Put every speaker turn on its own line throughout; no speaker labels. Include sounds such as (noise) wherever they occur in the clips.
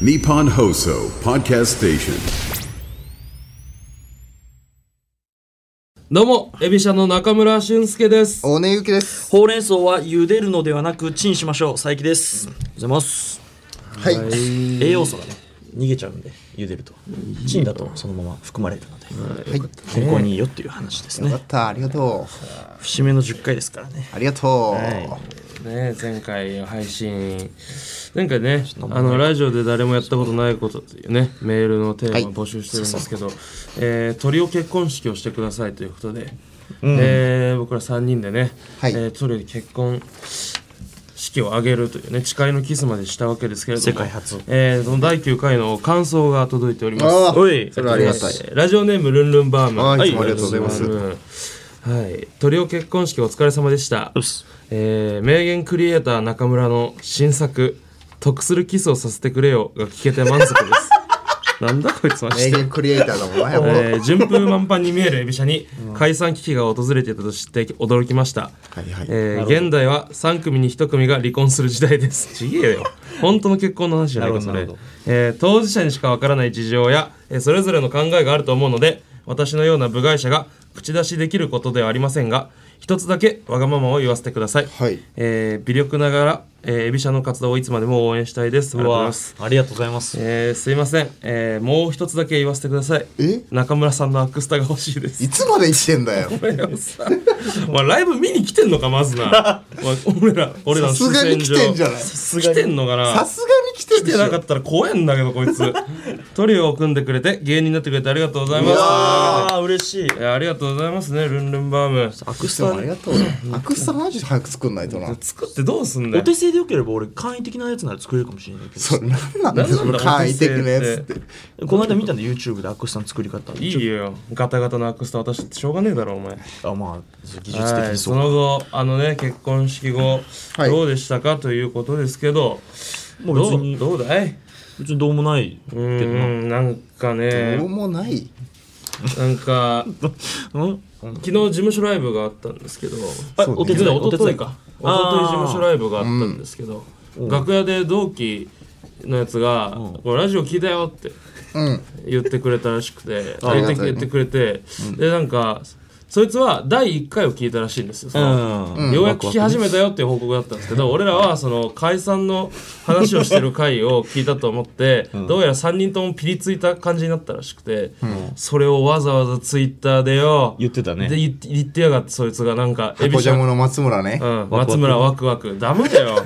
Nippon Hoso Podcast Station.
どうも、エビシャの中村俊介です。
大根ゆきです。
ほうれん草は茹でるのではなくチンしましょう佐伯ですおはようございます
はい。
栄養素がね逃げちゃうんで茹でるとチンだとそのまま含まれるので
はい。よ
健康にいいよっていう話ですね
かった。ありがと
節目の10回ですからね
う。ありがと
ね、前回配信、前回ね、あの、ラジオで誰もやったことないことっていうね、メールのテーマを募集してるんですけど、えー鳥を結婚式をしてくださいということで、えー僕ら3人でね、
はい
えー鳥で結婚式を挙げるというね、誓いのキスまでしたわけですけれども、
世界初
えーその第9回の感想が届いておりま
う。
す。
あ
おい
それはありがたい。
えーラジオネームルンルンバーム
はい
はい
つもありがとうございます
ルンルンバームはい鳥を結婚式お疲れ様でした
うっす、
えー名言クリエイター中村の新作「得するキスをさせてくれよ」が聞けて満足ですなんだこいつは
名言クリエイターだもんな、やっぱ。
えー順風満帆に見えるエビシャに解散危機が訪れていたと知って驚きました、
はいはい
えー現代は3組に1組が離婚する時代ですちげえよ本当の結婚の話じゃないかそ
なる
れ
ほどなる、
えー当事者にしかわからない事情や、えーそれぞれの考えがあると思うので私のような部外者が口出しできることではありませんが一つだけわがままを言わせてください、
はい
えー微力ながら、えーエビシャの活動をいつまでも応援したいですありがとうございます
ありがとうございます
えー、すいません、えー、もう一つだけ言わせてください
え
中村さんのアクスタが欲しいで
い
す
つまで生きてんだよ。
俺らさ (laughs) お前ライブ見に来てんのかまずな
(laughs)
お前俺ら俺らの
さすがに来てんじゃない。
さ
さ
すがに来てんのかな
すがに来てん
来
で
て
し
なか
ょ。
ったら怖えんだけどこい
(laughs)
つトリオを組んでくれて芸人になってくれてありがとうございます
ああ嬉しい
いやありがとうございますねルンルンバーム
アクス
でもあ
タ
りが
ね
とう。アクスタマジで早く作んないとな。
作ってどうすんだ
お
よ
手製でよければ俺簡易的なやつなら作れるかもしれないけ
それなんなんだよ、その簡易的なやつって。
どこの間見たんで YouTube でアクスタの作り方
いいよガタガタのアクスタ私ってしょうがねえだろお前
あまあ技術的
はい、
に
そ
そう
の後あのね結婚式後、
はい
どうでしたかということですけど
もう
ど
別
う
に
どうだい
別にどうもないうけどな
ーんなんか
どう
ね
もない。
なんか
うん
昨日事務所ライブがあったんですけど
あ
そうね
お手
昨日
伝い
おとといかおととい
あー
事務所ライブがあったんですけど、楽屋で同期のやつが「これラジオ聞いたよ」って
うん。
言ってくれたらしくて言っ
あ
て
ありがたい
言ってくれて、でなんかそいつは第1回を聞いたらしいんですよ、その
うん
ようやく聞き始めたよっていう報告だったんですけど俺らはその解散の話をしてる回を聞いたと思って、どうやら3人ともピリついた感じになったらしくて、それをわざわざツイッターでよ
言ってたね
で言って言ってやがってそいつがなんか
ポジ
ャ
ャムの松村ね。
うん、松村ワクワクダメだよ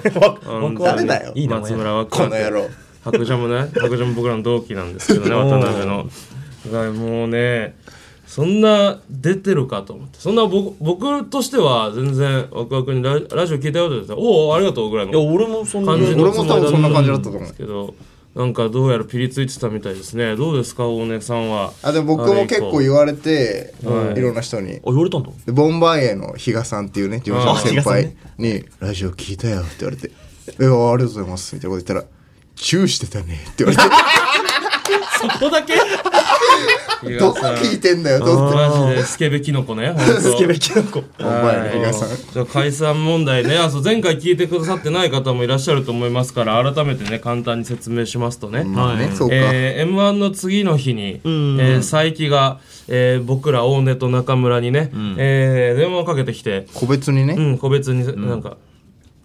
ダメだよ
いい名前
松村ワク
こ
ワ
の
ク
野郎。
白蛇もね (laughs) 白蛇も僕らの同期なんですけどね渡辺のがもうねそんな出てるかと思ってそんな僕僕としては全然ワクワクにララジオ聞いたよって言っておおありがとうぐらい
いや
の
俺もそんな
感じ
俺
の
も
つも
多
りだ
分
っ
そんな
た
感
ん
じだったと
で
思う
す。けどなんかどうやらピリついてたみたいですねどうですか大根さんは
あ、でも僕も結構言われて、
はい
いろんな人に。
あ言われたんだ
でボンバイエの比嘉さんっていうね事務所の先
あ
輩に「ラジオ聞いたよ」って言われて「えありがとうございます」みたいなこと言ったら「チューしてたね」って言われて
(laughs) そこだけ
「 (laughs) どこ聞いてんだよ」どうって
マジでスケベキノコねほんと
キノコ
ボンバイエの比嘉さん
じゃあ解散問題ねあそう前回聞いてくださってない方もいらっしゃると思いますから改めてね簡単に説明しますとね、
まあねそうか、
えー、m 1の次の日に、えー、佐伯が、えー僕ら大根と中村にね、えー電話をかけてきて、
個別にね、
うん、個別に、なんか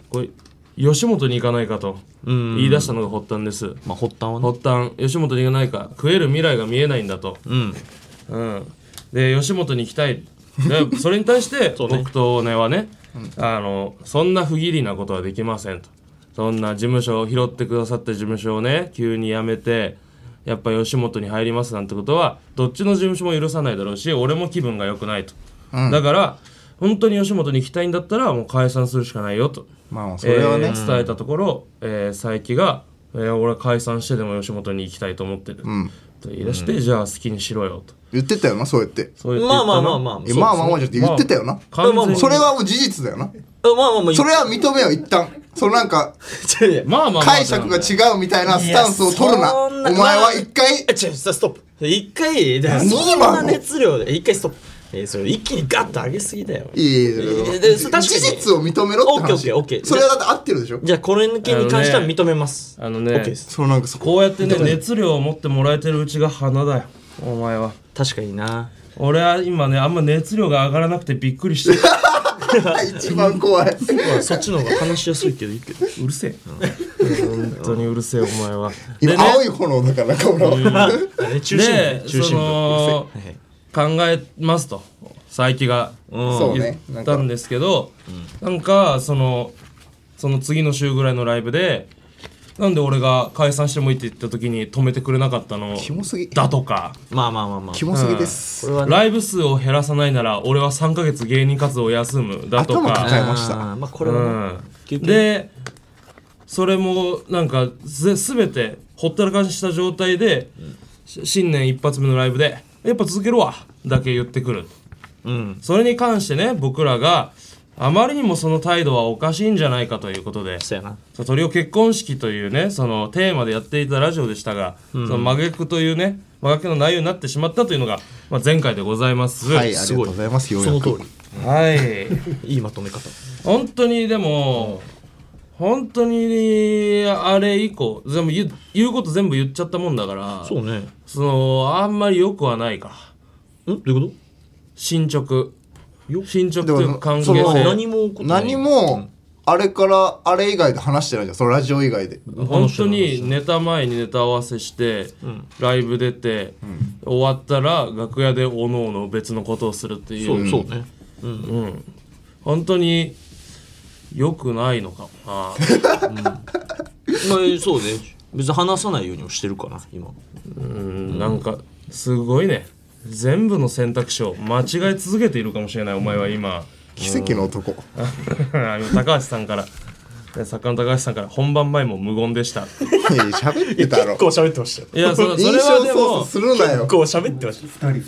これ吉本に行かないかと言い出したのが発端です、
まあ発端はね
発端吉本に行かないか食える未来が見えないんだと、
うん
うん、で吉本に行きたいでそれに対
(laughs)
して
うね
僕と大根はねあのそんな不義理なことはできませんとそんな事務所を拾ってくださった事務所をね急に辞めてやっぱ吉本に入りますなんてことはどっちの事務所も許さないだろうし俺も気分が良くないと、だから本当に吉本に行きたいんだったらもう解散するしかないよと
まあそれはね、
えー伝えたところ、えー佐伯が、えー俺は解散してでも吉本に行きたいと思ってる」と言い出して、じゃあ好きにしろよ」と
言ってたよなそうやって
そう言って
ま
言
あ
った
ま
な
あまあまあ
えまあまあまあじゃって言ってたよな
完全に
まあまあ
それはもう事実だよな
あまあまあまあ
それは認めよう一旦そのなんか
いやいや
まあまあまあ
解釈が違うみたいなスタンスを取るなお
そんな
前は一回
え違うストップ一回だから
何
そん
今
な
の
熱量で一回ストップえーそれ一気にガッと上げすぎだよ。
いいい
いや
や
いや確
事
かに
実を認めろって話
オッケーオッケーオッケー
それはだって合ってるでしょ
じゃあ、これの件に関しては認めます。
あのね
OK です。
そのなんかそこ
こうやってね熱量を持ってもらえてるうちが花だよお前は
確かにな。
俺は今ねあんま熱量が上がらなくてびっくり
(laughs)
してる
が一番怖い
まあそっちの方が話しやすいけどいいけど。
うるせえ本当にうるせえお前は
今
でね
青い炎だから中村は
あれ、中心
で
部。中
そ
心部。
の
はいはい
考えますと佐伯が
そう
言
ね
っ。たんですけどなんかそのその次の週ぐらいのライブでなんで俺が解散してもいいって言った時に止めてくれなかったの
キモすぎ。
だとか
まあまあまあまあ。
キモすぎです。
これはね、
ライブ数を減らさないなら俺は3ヶ月芸人活動を休むだと
頭
か
抱えました。
あーまあ、これはね、
う
結
ん、
局
でそれもなんかぜ全てほったらかした状態で、し新年一発目のライブで「やっぱ続けるわ」だけ言ってくる
うん。
それに関してね僕らがあまりにもその態度はおかしいんじゃないかということで
そうやな。
そう鳥を結婚式というねそのテーマでやっていたラジオでしたが、その真逆というね真逆の内容になってしまったというのが、まあ、前回でございます
はい、ありがとうございます。よう
そ
や
の
く。
通
はい
り。いいまとめ方。
本当にでも、本当にあれ以降全部言う言うこと全部言っちゃったもんだから
そうね。
そのあんまり良くはないから
んどういうこ
進捗
よ
進捗
で
という
も
か関係
その
と
性
何も起こってない
何も、あれから、あれ以外で話してないじゃん。そのラジオ以外で。
本当にネタ前にネタ合わせして、ライブ出て、終わったら楽屋でおのおの別のことをするっていう
そうそうね。
本当に良くないのかもな
まあ、そうね。別に話さないようにもしてるかな、今。
うんなんかすごいね全部の選択肢を間違え続けているかもしれないお前は今。 (laughs)
奇跡の男。
あの高橋さんから、ね、作家の高橋さんから本番前も無言でした。
いや喋ってたろ。
喋ってましたよ。
いや、
(laughs)
そそ
印
れ
象
はで
操
も
作、するなよ。
喋ってまし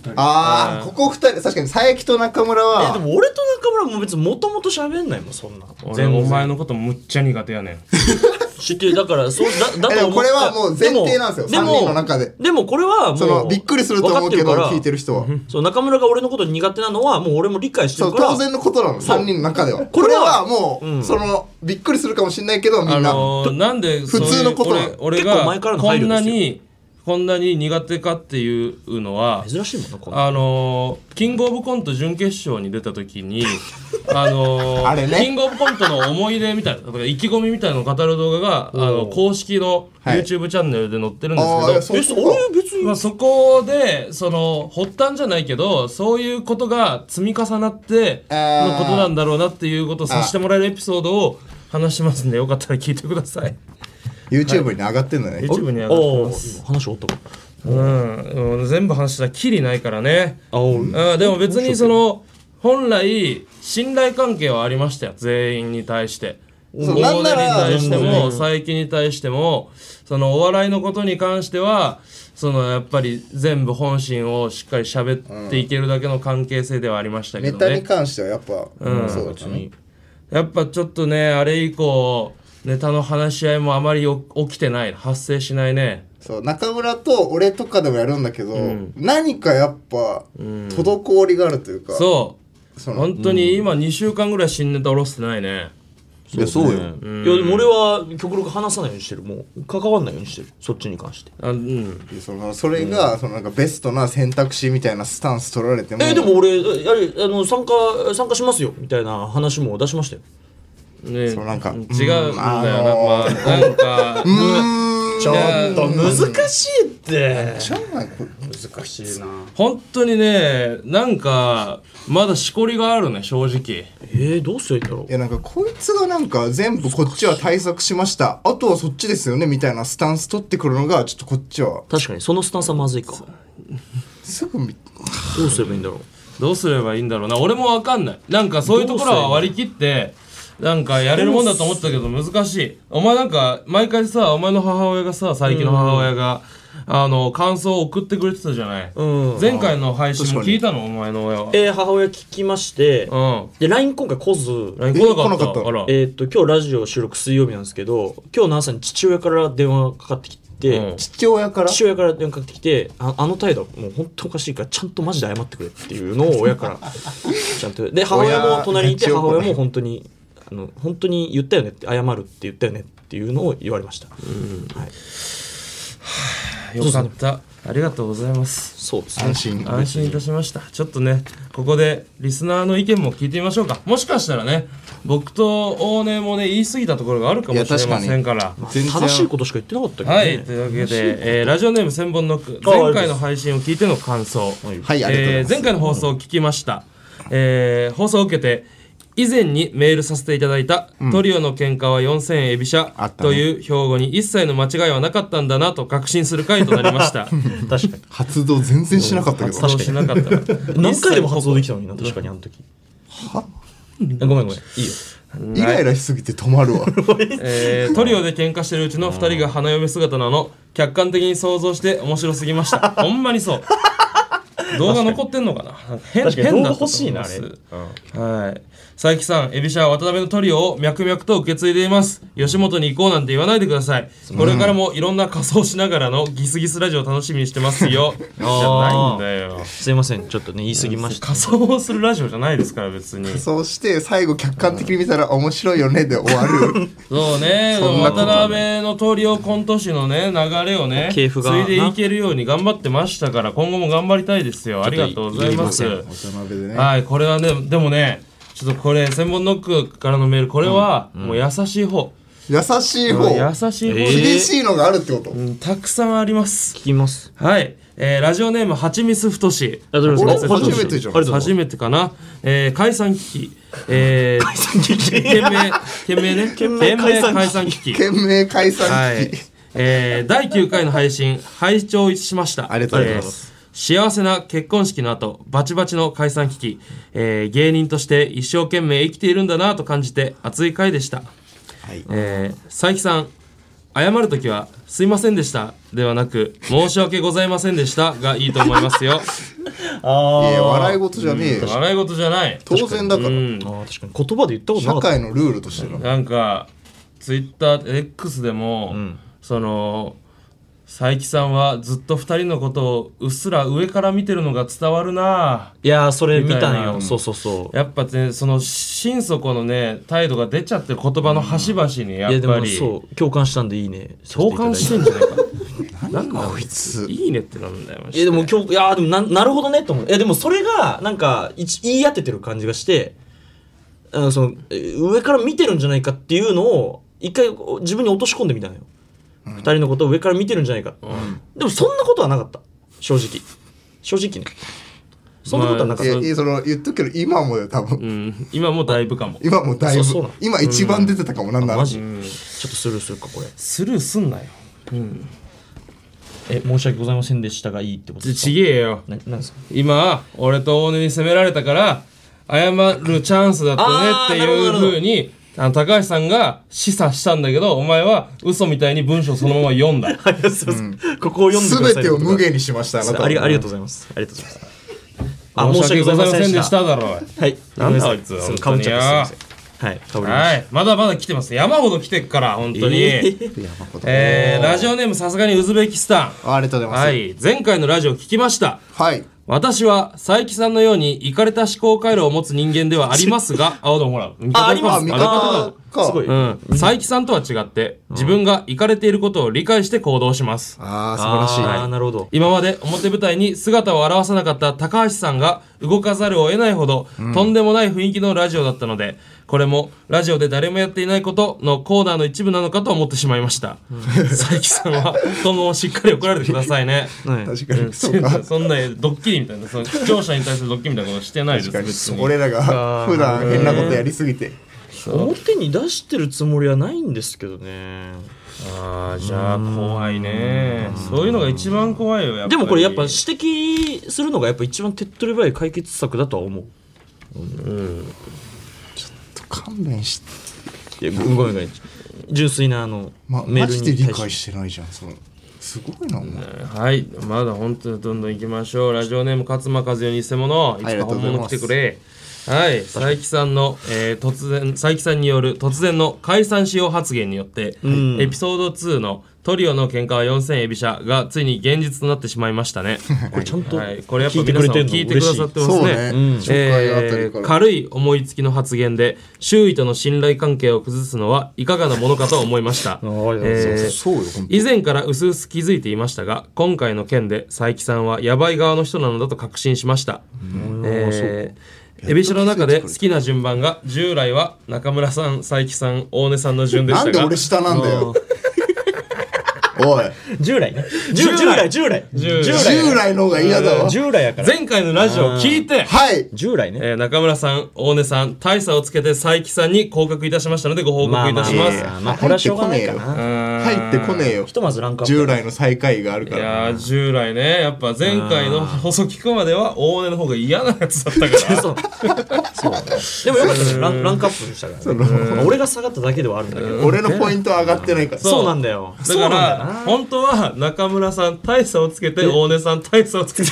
た。
ああ、ここ二人、確かに佐伯と中村
えで
は、
も俺と中村も別にもともと喋んないもんそんな
俺お前のことむっちゃ苦手やねん。
知ってるだからそうだだ
えで
と思
もこ
った
れはもう前提なんですよ三人の中で
でもこれはもう
その、びっくりすると思うけど、
分かって
聞
る
いて
から
る人は。
そう中村が俺のこと苦手なのはもう俺も理解して
そ
る
う、
から
当然のことなの、三人の中では。こ
れ
れ
は
はもう、その、びっくりするかもしれないけど、み
あ
んな。
のー、なんでそういう
普通のことなの
俺俺
結構
が
前からの
こ
配
ん
慮
な
ですよ
に、こんなに苦手かっていうのは、
珍しいもんなこの
あのー、キングオブコント準決勝に出た時に、
(laughs)
あのー
あれね
キングオブコントの思い出みたいな、とか意気込みみたいなのを語る動画が、あの公式の
はい
YouTube チャンネルで載ってるんですけど、
ああ、そう
え
そ
そう
う
俺別に
まあ、そこでその発端じゃないけどそういうことが積み重なって
あー
のことなんだろうなっていうことをさせてもらえるエピソードを話しますんでよかったら聞いてください
YouTube に上がってんだね。
YouTube に上がって
お
ま
お
す
話おったか
うん、うん、全部話したらキリないからね
あおう
うんでも別にその本来信頼関係はありましたよ全員に対して
そ
大
うなん
根に
なら
対して
そう
も佐伯に対してもそのお笑いのことに関してはそのやっぱり全部本心をしっかり喋っていけるだけの関係性ではありましたけ
ネ
ど
タに
ね
関してはやっぱ、そうだったね。
やっぱちょっとねあれ以降ネタの話し合いもあまりお起きてない発生しないね
そう中村と俺とかでもやるんだけど、何かやっぱ滞りがあるというか、
そ
そうの
本当に今2週間ぐらい新ネタ下ろしてないね
いやそうよ、
いやでも俺は極力話さないようにしてるもう関わんないようにしてるそっちに関して
あうん
いやそのそれが、そのなんかベストな選択肢みたいなスタンス取られても
えでも俺やれあの参加参加しますよみたいな話も出しましたよ
ね、
そうなんか
違うんだよ
うん
な、
あの
まあなんか
ちょっと難しいって
ちょっとなんかこれ
難しいな
本当にねなんかまだしこりがあるね正直
えー、どうすりゃいいんだろう
いやなんかこいつがなんか全部こっちは対策しましたあとはそっちですよねみたいなスタンス取ってくるのがちょっとこっちは
確かにそのスタンスはまずいか
すぐみ
どうすればいいんだろう
どうすればいいんだろうな俺もわかんないなんかそういうところは割り切ってなんかやれるもんだと思ってたけど難しいお前なんか毎回さお前の母親がさ佐伯の母親が、あの感想を送ってくれてたじゃない、
うん
前回の配信も
確か
聞
に
いたのお前の親は
えー、母親聞きまして、
うん
で LINE 今回来ず
LINE 来なかった
来なかった
あら
えーっと今日ラジオ収録水曜日なんですけど今日の朝に父親から電話かかってきて、
うん
父親から
(laughs) 父親から電話かけてきてああの態度はもう本当おかしいからちゃんとマジで謝ってくれっていうのを親から (laughs) ちゃんとで母親も隣にいて
めっちゃ
母
怒る
親も本当にあの本当に言ったよねって謝るって言ったよねっていうのを言われました、はい、
よかったありがとうございます
そうですね
安心
安心いたしましたちょっとねここでリスナーの意見も聞いてみましょうかもしかしたらね僕と大根もね言い過ぎたところがあるかもしれませんから
全然
正しいことしか言ってなかったけどね、
はい、というわけで、えーラジオネーム千本ノック前回の配信を聞いての感想
はいありがとうございます
前回の放送を聞きました、えー放送を受けて以前にメールさせていただいた、トリオの喧嘩は4000円エビシャ
あったね
という標語に一切の間違いはなかったんだなと確信する回となりました
(laughs)
確かに
発動全然しなかったけど
発動しなかったな
(laughs) 何回でも発動できたのにな確かにあの時はごめんごめんいいよ
イライラしすぎて止まるわ
えートリオで喧嘩してるうちの2人が花嫁姿なの客観的に想像して面白すぎました
(laughs)
ほんまにそう動画残ってんのかななんか変
確かに
変だ
動画欲しいな
ったと思い
あ
ますはい佐伯さんエビシャは渡辺のトリオを脈々と受け継いでいます吉本に行こうなんて言わないでくださいこれからもいろんな仮装しながらのギスギスラジオ楽しみにしてますよ
(laughs)
じゃないんだよ
すいませんちょっとね言い過ぎました
仮装をするラジオじゃないですから別に
そうして最後客観的に見たら面白いよねで終わる
そうね、
そんなこと
渡辺のトリオコント師のね、流れをね、
系譜が
継いでいけるように頑張ってましたから、今後も頑張りたいですよ。ありがとうございます。
渡辺でね
はい、これはね、でもね、ちょっとこれ、千本ノックからのメール、これは、もう優しい方。
優しい
もう
方
優しい方、
えー
厳しいのがあるってこと
うんたくさんあります。
聞きます
はい、えーラジオネーム、はちみつふとし。
ありがとうございます
俺初めてじゃん
ありがとうござ
初
いま
めてかな、えー解散危機、えー、
す聞き
懸命、懸命ね、懸
命解散
解散
危機
危機。
懸命解散
はい
期、。
えー第9回の配信、拝聴しました。
ありがとうございます
えー幸せな結婚式の後、バチバチの解散危機、えー芸人として一生懸命生きているんだなと感じて熱い回でした。
はい
えー佐伯さん、謝るときは、すいませんでしたではなく、申し訳ございませんでしたがいいと思います
(laughs)
よ。
あ
い
ー
や笑い事じゃねえよ
笑い事じゃない。
当然だから
うん
あー確かに言葉で言ったことな
社
かった
会のルールとしての
なんかツイッター X でも、その佐伯さんはずっと2人のことをうっすら上から見てるのが伝わるない
やーそれ見たん
みたいな
よそうそうそう
やっぱねその心底のね態度が出ちゃってる言葉の端々にや
い
っ
やで
ぱ
も
り
そう共感したんでいいね
共感して
い
んじゃないかなんか
こいつ
いいねってなんだよマジ
いやでも今日いやーでもななるほどねと思ういやでもそれがなんか一言い当ててる感じがしてあのそのえー上から見てるんじゃないかっていうのを一回こう自分に落とし込んでみたのよ二、人のことを上から見てるんじゃないか、でもそんなことはなかった正直正直ねそんなことはなかっ
い
た、
やいやその言っとくけど今もよ多
う
分
ん今もだいぶかも
今もだいぶ
そうそうなの
今一番出てたかもなんなら
マジ、ちょっとスルーするかこれ
スルーすんなよ
え申し訳ございませんでしたがいいってこと
ち
ですか
ちげえよ
ななんですか
今俺と大根に責められたから謝るチャンスだったねっていうふうにあの高橋さんが示唆したんだけどお前は嘘みたいに文章そのまま読ん (laughs) だ
ありがとうございますここを読んでくださ
全
い
てを無限にしましたあなた
あ
は
りがありがとうございますありがとうございますあ
申し訳ございませんでしただろう
はい
なんだあいつ
すぐかぶっちゃった
本
すいませんはいかぶりまし
は
た
いまだまだ来てます山ほど来てっから本当に
え
え
ー
ーラジオネームさすがにウズベキスタ
ありがとう
ン
ございます
はい前回のラジオ聞きました
はい
私は佐伯さんのようにイカれた思考回路を持つ人間ではあります (laughs) があでもほら味
あ
方
あ
い
り
ま
ますす
味
あ
方
味方だ
か
すごいあ
うん、佐伯さんとは違って、自分が行かれていることを理解して行動します。
ああ素晴らしい
あーなるほど
今まで表舞台に姿を現さなかった高橋さんが動かざるを得ないほど、とんでもない雰囲気のラジオだったので、これもラジオで誰もやっていないことのコーナーの一部なのかと思ってしまいました。佐伯さんは今後もしっかり怒られてくださいね。
はい
確かにそうか
(laughs) そんなドッキリみたいな、その視聴者に対するドッキリみたいなことしてないです。
確かに
別に
俺らが普段変なことやりすぎて
表に出してるつもりはないんですけどね
ああ、じゃあ怖いね。そういうのが一番怖いよ、やっぱり
でもこれやっぱ指摘するのがやっぱ一番手っ取り早い解決策だとは思う
勘弁し
いやごめんごめんごめん純粋なあの
ま、
メ
マ
ール
ジ
に
で
対
理
し
解して
て
ないじゃんそのすごいなお前
はい、まだ本当にどんどん行きましょう。ラジオネーム勝間和代偽物、いつ
あり
か
がとう
本
ござい
物
ま
来
す
てくれ。はい、佐伯さんの、えー突然佐伯さんによる突然の解散しよう発言によって、エピソード2のトリオの喧嘩は4000エビシャがついに現実となってしまいましたね。
これちゃんと
はい、これやっぱ
聞いて
皆
く
さ
れ
ん
て
聞
るの
いてくださってます
そう
ね
ね。
うん
初回あたりから
えー軽い思いつきの発言で周囲との信頼関係を崩すのはいかがなものかと思いま
(laughs)
した、え
りがとうございます
ー
そうよ本
以前から薄々気づいていましたが今回の件で佐伯さんはヤバい側の人なのだと確信しました、えー、エビシの中で好きな順番が従来は中村さん佐伯さん大根さんの順でし
な
たが
んで俺下なんだよ (laughs) おい
従来ね従従来従来
従来
従
や
来の方が嫌だわ
従来やから
前回のラジオ聞いて
はい
従来ね
えー中村さん、大根さん、大差をつけて佐伯さんに降格いたしましたのでご報告いたします。
まあまあこれはしょうがないか
入ってこね
な
えよ入ってこねえよ
ひとまずランクアップ
従来の最下位があるか
い
ら
やー従来ねやっぱ前回の細聞くまでは大根の方が嫌なやつだった
(laughs)
から
そうそうでもよかったねランランクアップしたからね俺が下がっただけではあるんだけど
俺のポイントは上がってないから
う
そうなんだよ
だか
そうなんだ
ら
よな
本当は中村さん大差をつけて大根さん大差をつけて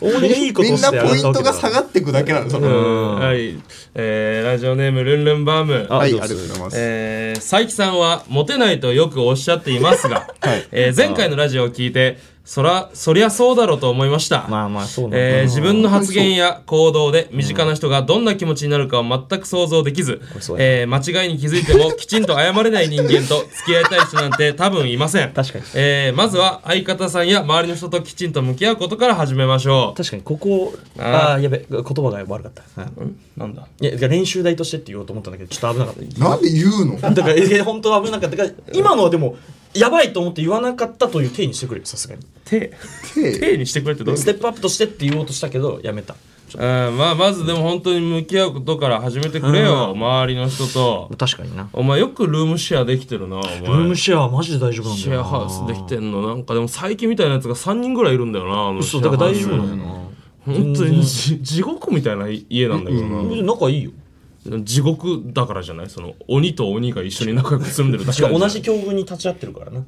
大根いいこと
み
を
ん
し
な
て
ポイントが
下
下がってくだけなのその
はい、えーラジオネームルンルンバーム
はいありがとうございます
えー佐伯さんはモテないとよくおっしゃっています
(laughs)
が、
はい
えー前回のラジオを聞いてそらそりゃそうだろうと思いました、
まあまあそうなんだ
えー自分の発言や行動で身近な人がどんな気持ちになるかを全く想像できず、
そうや
えー間違いに気づいて (laughs) もきちんと謝れない人間と付き合いたい人なんて多分いません
確かに
えーまずは相方さんや周りの人ときちんと向き合うことから始めましょ
確かにここ
あー
ああーやべ言葉が悪かった、
うなんだ
いやいや練習台としてって言おうと思ったんだけどちょっと危なかった
なんで言うの
だからえ本当は危なかったから今のはでもやばいと思って言わなかったという体にしてくれよさすがに
手手にしてくれってどういう
ス
こと
テップアップとしてって言おうとしたけどやめたちょっ
うんまあまずでも本当に向き合うことから始めてくれよ周りの人と
と確かにな
お前よくルームシェアできてるなお前
ルームシェアはマジで大丈夫なん
シ
だ
ェ
よ
ア
な
ハウスできてんのなんかでも最近みたいなやつが3人ぐらいいるんだよなあの
そうだから大丈夫なんだ
シェアハウス
よな
本当にじ地獄みたいな家なんだけどな、
別に仲いいよ
地獄だからじゃないその鬼と鬼が一緒に仲良く住んでるだけ
しか
なん
も
じゃ
同
ない
じ境遇に立ち会ってるからな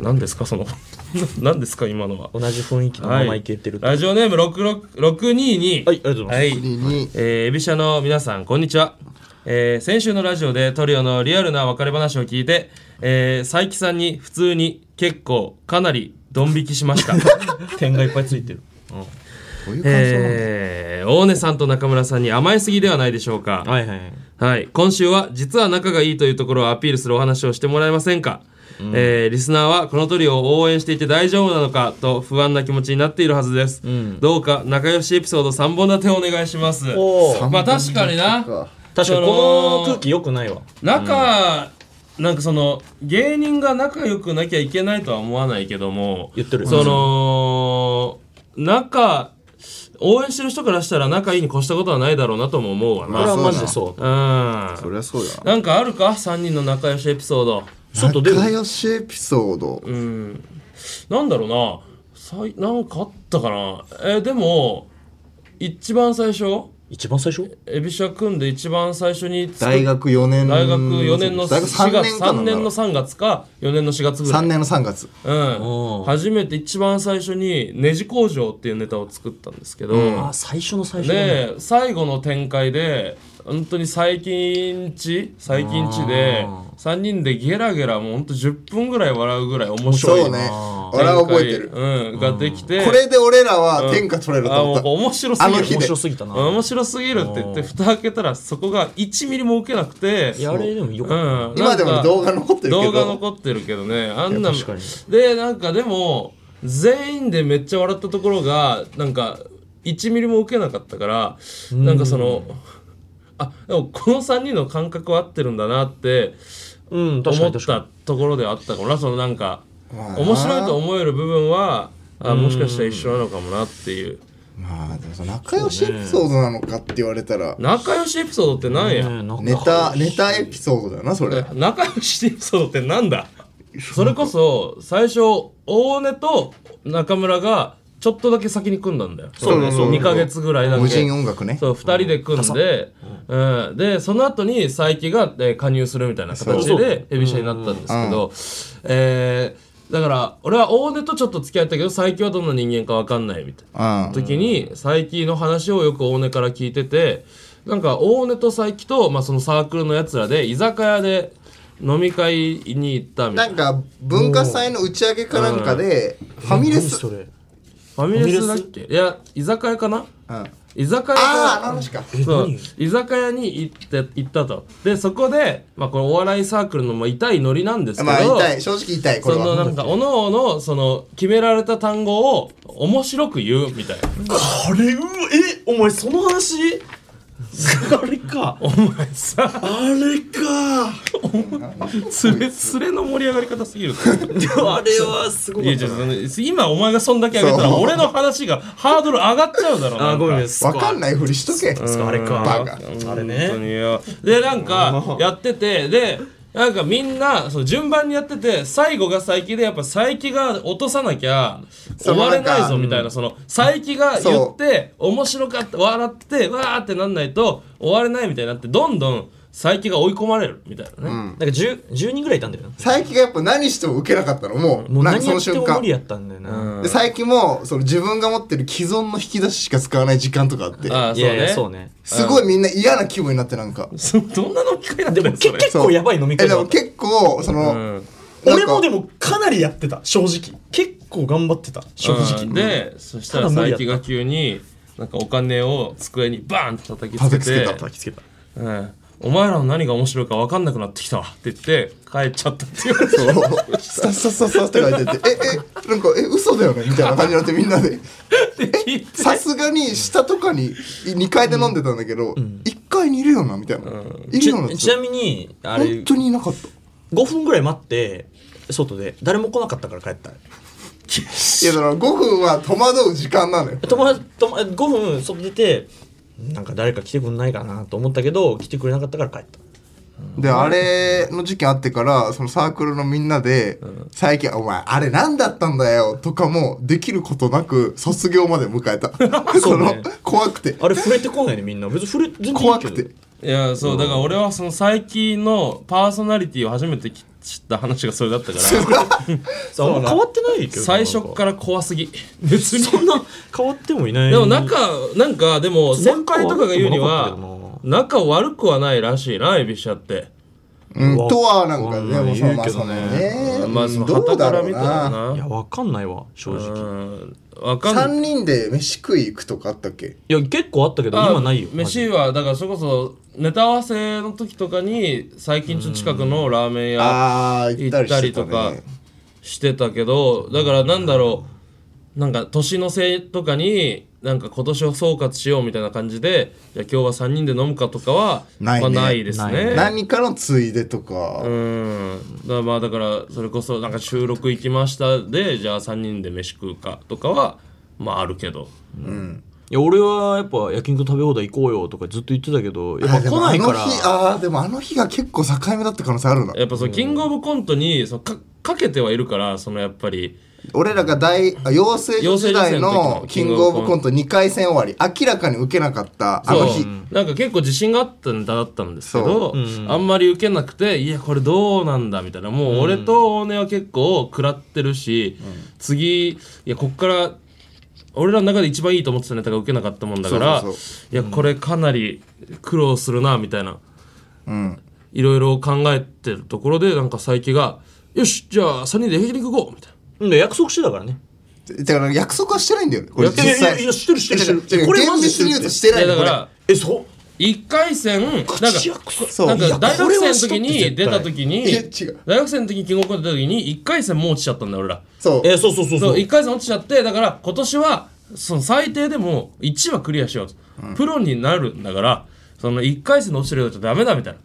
何ですかその (laughs) 何ですか今のは
同じ雰囲気のままいけてるって
ラジオネーム622
はいありがとうございます
はいえー、エビシャの皆さんこんにちは、えー先週のラジオでトリオのリアルな別れ話を聞いて、えー佐伯さんに普通に結構かなりドン引きしま
(laughs)
した
点がいっぱいついてる
こういう感想なんだ
えー大根さんと中村さんに甘えすぎではないでしょうか、はい
いはいはい
今週は実は仲がいいというところをアピールするお話をしてもらえませんか、えーリスナーはこのトリオを応援していて大丈夫なのかと不安な気持ちになっているはずです、どうか仲良しエピソード3本立てお願いします
おー
まあ確かにな
確かにこの空気良くないわ
仲、なんかその芸人が仲良くなきゃいけないとは思わないけども
言ってる
その仲応援してる人からしたら仲いいに越したことはないだろうなとも思うわ
これ
な、
はマジでそう
う
そ
ん
りゃそうや
なんかあるか3人の仲良しエピソード
外出る
仲良しエピソード
うんなんだろうなさいなんかあったかなえーでも一番最初
一番最初
エビシャ組んで一番最初に作っ
大学4年
大学4年の
大
4
学
月
3年かな
3年の3月か4年の4月ぐら
3
い
年の3月
うん、初めて一番最初に「ネジ工場」っていうネタを作ったんですけど、
あ最初の最初だね
で最後の展開で本当に最近地最近地で3人でゲラゲラもう本当10分ぐらい笑うぐらい面白い
そうね
展開
俺は覚えてる
うん、ができて
これで俺らは天下取れる
あ
と
も
思
う
った
面白すぎ
あの
る
日で
面白すぎたな
うん面白すぎるって言って蓋開けたらそこが1ミリも受けなくて
いやあれでもよかっ
うん、
今でも
なんか
動画残ってるけど
動画残ってるけどねあんない
や確かに
でなんかでも全員でめっちゃ笑ったところがなんか1ミリも受けなかったからなんかそのあでもこの3人の感覚は合ってるんだなって
たうん確か
思っ
に確かに
たところではあったかもなそのなんか
まあ
面白いと思える部分はあもしかしたら一緒なのかもなっていう
まあでもその仲良しエピソードなのかって言われたら、
仲良しエピソードってなんや、
ねなんか
ネタネタエピソードだよなそれ、
(laughs) 仲良しエピソードってなんだそれこそ最初大根と中村がちょっとだけ先に組んだんだよ
そうねそう
2ヶ月ぐらいだけ
無人音楽ね
そう2人で組んで、うんでその後に佐伯が、えー加入するみたいな形
そう
でエビシャになったんですけど、えーだから俺は大根とちょっと付き合ったけど最近はどんな人間か分かんないみたいな時に最近の話をよく大根から聞いててなんか大根と最近と、まあ、そのサークルのやつらで居酒屋で飲み会に行ったみた
ない
なん
か文化祭の打ち上げかなんかでファミレ
何
ス
それ
ファミレスだっけいや居酒屋かな
あ
居酒屋
あーあ
か
の話か
そう
何
居酒屋に行って行ったとでそこで、まあ、これお笑いサークルの、まあ、痛いノリなんですけど、
まあ痛い正直痛いこれ
そのな
は
んかおのおのその決められた単語を面白く言うみたいな
あれうわえお前その (laughs) 話あれか
お前さ
あれか
すれすれの盛り上がり方す
(laughs)
ぎる
でもあれはすご
い
か
や
っ
ち
た
ょっ
な
とその今お前がそんだけ上げたら
そう
俺の話がハードル上がっちゃうだろう
あーごめんね
わかん
い
ないふりしとけ
あれか
バカ
あれ
本当
ね
によでなんかやっててでなんかみんなそう順番にやってて最後が佐伯でやっぱ佐伯が落とさなきゃ
そ
終
の
われない
なんか
ぞみたいなその佐伯が言って面白かった笑ってわーってなんないと終われないみたいになってどんどん佐伯が追い込まれるみたいなね、
なんか 10, 10人ぐらいいたんだよな
佐伯がやっぱ何しても受けなかったのもう
もう
なんか
何
そ
や
の瞬
っても
間
無理やったんだよな、
で佐伯もその自分が持ってる既存の引き出ししか使わない時間とかあって
ああ
い
そう
やい
ね
やそうね
すごいみんな嫌な気分になってなんか
そう (laughs) どんな飲み会なんだよ (laughs) そ
け
れ
結構
そう
やばい飲み
え
会
で
だ
も
った
結構その、
うん
なんか
俺もでもかなりやってた正直結構頑張ってた正直、
うんでそしたら
ただ無理
佐
やった
伯が急になんかお金を机にバーンと叩きつけ
叩きつけ
て
た
叩きつけた
うんお前らの何が面白いか分かんなくなってきたわって言って帰っちゃったっていう
そうスタスタスタスタって書いててええなんかえ嘘だよねみたいな感じになってみんなで
聞いて
さすがに下とかに2階で飲んでたんだけど、一1階にいるよなみたいな、いるよな
ちちなみにあれ
本当にいなかった
5分ぐらい待って外で誰も来なかったから帰った
いやだから5分は戸惑う時間なのよ
友達友達5分外出てなんか誰か来てくんないかなと思ったけど来てくれなかったから帰った
であれの事件あってからそのサークルのみんなで「最近お前あれ何だったんだよ」とかもできることなく卒業まで迎えた
そ
そう
ね
の怖くて
あれ触れてこないねみんな別に触れ全然いいけど
怖くて
いやそうだから俺はその最近のパーソナリティを初めて知った話がそれだったから
そうあんま変わってないけどな
最初から怖すぎ別に
そんな変わってもいない
でも仲なんかでも先輩とかが言うには
仲悪くもなかったけ
仲悪くはないらしいなエビシャって
うん
わ
とはなんかね
わかんない
もうその
言う
まあ
まあ
そのね
けどね
そ
うん
の
どう
旗
だ
から
ろう
見たら
ない
な
やわかんないわ正直
うん分かんない
3人で飯食い行くとかあったっけ
いや結構あったけど
あ
今ないよマジ
飯
で
はだからそれこそネタ合わせの時とかに最近ちょっと近くのラーメン屋
ああ行ったりしてた
行ったり
ね
とかしてたけどだからなんだろうなんか年のせいとかになんか今年を総括しようみたいな感じでじゃあ今日は3人で飲むかとかは
ないね
まあないです
ない
ね
ね
何かのついでとか
うんだからまあだからそれこそなんか収録行きましたでじゃあ3人で飯食うかとかはまああるけど
いや俺はやっぱ焼肉食べ放題行こうよとかずっと言ってたけどやっ
あ
ぱ
で
来
も
な
あ
い
の
か
日
ら
ああでもあの日が結構境目だった可能性あるな
やっぱそのキングオブコントにそのかかけてはいるからそのやっぱり
俺らが大あ養成所時代のキングオブコント2回戦終わり明らかに受けなかったあの
そう
日
なんか結構自信があったネタだったんですけど、
そううん
あんまり受けなくていやこれどうなんだみたいなもう俺と大根は結構食らってるし、次いやこっから俺らの中で一番いいと思ってたネタが受けなかったもんだから
そうそう
いやこれかなり苦労するなみたいな
うん
いろいろ考えてるところでなんか佐伯が「よしじゃあ3人で焼肉行こう」みたいな。
うんで約束してたからね
だから約束はしてないんだよねこれ
いやいやいやいや知ってる知ってる知ってる
こ
こ
れ
れ
厳
マジで知
密
っ
に言
てる
うとしてない
いや
の
だか
これ
ら
えそう
1回戦なんか
口約束そう
なん
い
か
や
大
こ
学
れ
生
は
の
しと
時
け
に出た時に
いや違う
大学生の時にキングオブコント出た時に1回戦もう落ちちゃったんだよ俺ら
そう
えそうそうそ
そ
うそうう
1回戦落ちちゃってだから今年はその最低でも1はクリアしようと、プロになるんだからその1回戦で落ちてるようじゃダメだみたいな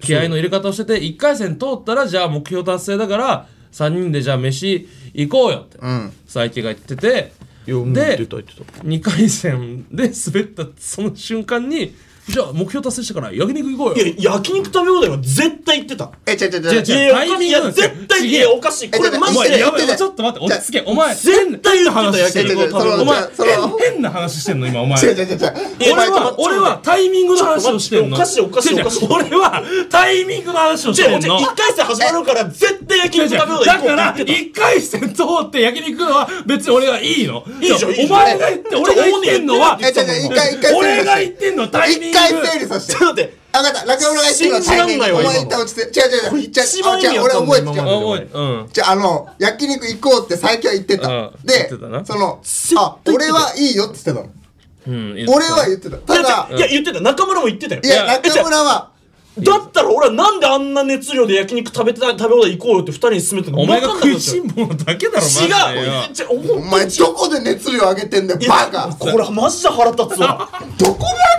気合の入れ方をしてて1回戦通ったらじゃあ目標達成だから3人でじゃあ飯行こうよって
うん
佐伯が言ってて
いやもう言ってた言ってた
2回戦で滑ったその瞬間にじゃあ目標達成したから焼肉行こうよ
いや、焼肉食べ放題は絶対言ってた。
え、ちゃちゃち
違
ゃ
う
い
ちゃ。
違う
や、
タイ
お
ミングなんで
かしい。いや、
すよ
絶対、いや、おかしい。これ
え
マ
お
ジ
前
で。
や
言って
べ
た
ちょっと待って落ち着けお前
絶対言
変
っ
な話してて
た
る
よ
こと
いやいやいや
お前
それはそれは
変変な話してんの今お前
違う違う違う違う。
俺
お前
は
と
俺はタイミングの話をしてんの
ちょっと待っておかしいおかしい
違う違う
おかしい
俺はタイミングの話をし
じゃ
て
あ、
ん
じゃ
の
あ、1回戦始まるから、絶対焼
違う違
肉
う
食べ放題
だ
行こう
か
っ
ら
て言ってた。
一回戦通って焼肉行くのは別に俺はいいの
いいじゃんいいじゃん
お前が言って俺が言ってんのは
ち
え、ちゃちゃ、一回一回整理させて。
俺が言ってんのはタイミング
一回整理させて。
ちょっと待って。
あ、分かった。落語の会社のタイミング。
信じらんないわ
お
今の
前一旦落ちて。違う違う違う。
一番
違う
意味
違う
わ
俺
かんない
覚えて
今
た
まで。
おいうん
じゃあ、あの、焼肉行こうって最近は言ってた
うん。言ってた
で
な、
その
絶、対
あ、俺はいいよって言ってたの。
うんいいです
俺は言ってた。ただ
いや、いや、言ってた。中村も言ってたよ。
いや、
えじゃ
中
あ
村は、
だったら俺はなんであんな熱量で焼肉食べてた食べ放題行こうよって二人に勧めてたの
お前が
分かん
食
なか
いし
ったよ
ん坊だけだろマジでよ
違うちょほんと
お前どこで熱量上げてんだよ、バカ
これマジで腹立つわ
(laughs)
どこ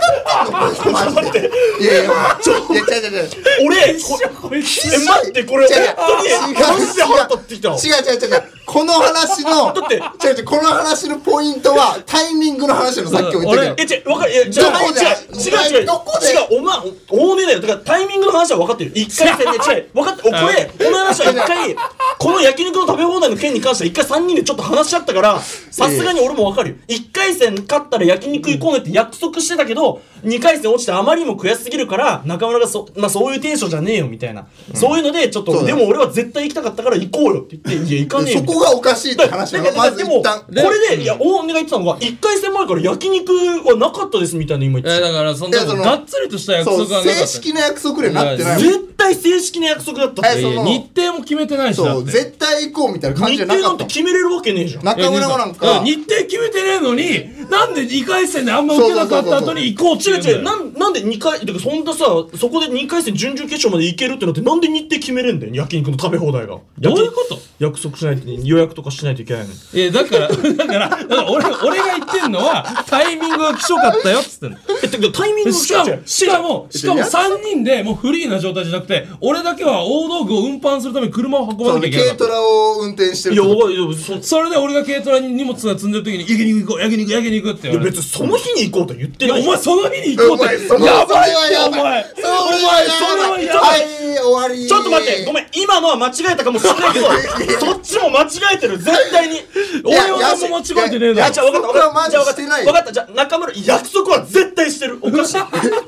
で上がってんのマジで。いやいや、ちょ、いや、違う違う違う。
俺こ
一緒こいつ
え待ってこれ
違う違う
本当に
違う
マジで腹立ってきたわ
違う違う違う違うこの話の
だって
違う違うこの話のポイントはタイミングの話のさっきも言ったけど
え違う分かるいや違う違う
どこで
違う違う違う
どこで
違うお前大目だよだからタイミングの話は分かってる一回戦で違う分かっておこれお前話は一回この焼肉の食べ放題の件に関しては一回三人でちょっと話し合ったからさすがに俺も分かるよ一回戦勝ったら焼肉行こうねって約束してたけど二回戦落ちてあまりにも悔しすぎるから中村がそ,、まあ、そういうテンションじゃねえよみたいな、そういうのでちょっ
そ
と
うだ
で
よ
も俺は絶対行きたかったから行こうよって言っていや行かねえよ
そ
みたいな
こがおかしいって話な
だ
の
けど
まず
でも
一
こ
旦
れでいや大根が言ってたのが1回戦前から焼肉はなかったですみたいな今言
え
って
だからそん
い
な
やその
がっつりとした約束
そう
がなかった
正式な約束になって
た
ないもん
絶対正式な約束だったっ
え
て
いやいや
その
日程も決めてないしだ
そ
っ
う
て
絶対行こうみたいな感じじ
日
ゃな
程な
かった
んて
もん
決めれるわけねえじゃん
中村もなん
いや
か
日程決めてねえのになんで2回戦であんま受けなかった後に行こうって
違
言
う
うんだよ
違うなんなんで2回てかそんなさそこで2回戦準々決勝まで行けるってなってなんで日程決めれんだよ焼肉の食べ放題が
どういうこと
約束しないと予約とかしないといけないのに
いやだからだからだから俺俺が言ってんのはタイミングがきしょかったよっつってんの
えだけどタイミング
しか
違う違
も
う
しかもしかも
いや
3人でもうフリーな状態じゃなくて俺だけは大道具を運搬するために車を運ば
そ
な
う
きゃいけ
軽
なか
ト
った
ラを運転してる
いやわかるいやそい
それで俺が軽トラに荷物が積んでる時に「焼肉行こう焼肉焼肉」って言
や
われ
別
て
にその日に行こうとは言って
いや
ない
お前その日に行
お
こうっ
前
て
それ
やばいっ
は
て
や
お前
それ
お前それ
は
は
や
や
ば
ば
い
い
はい終わり
ちょっと待って、ごめん、今のは間違えたかもしれないけど、そっちも間違えてる、絶対に。
俺
いや
は何も間違えてねえ
いや
だ
あ、
ろ
じゃあ分かった、分か
そこは
っ
マ
た。
ジ
じゃあ
して
分かっ
ない
た。分かった。じゃあ中村、約束は絶対してる。お (laughs) かしい。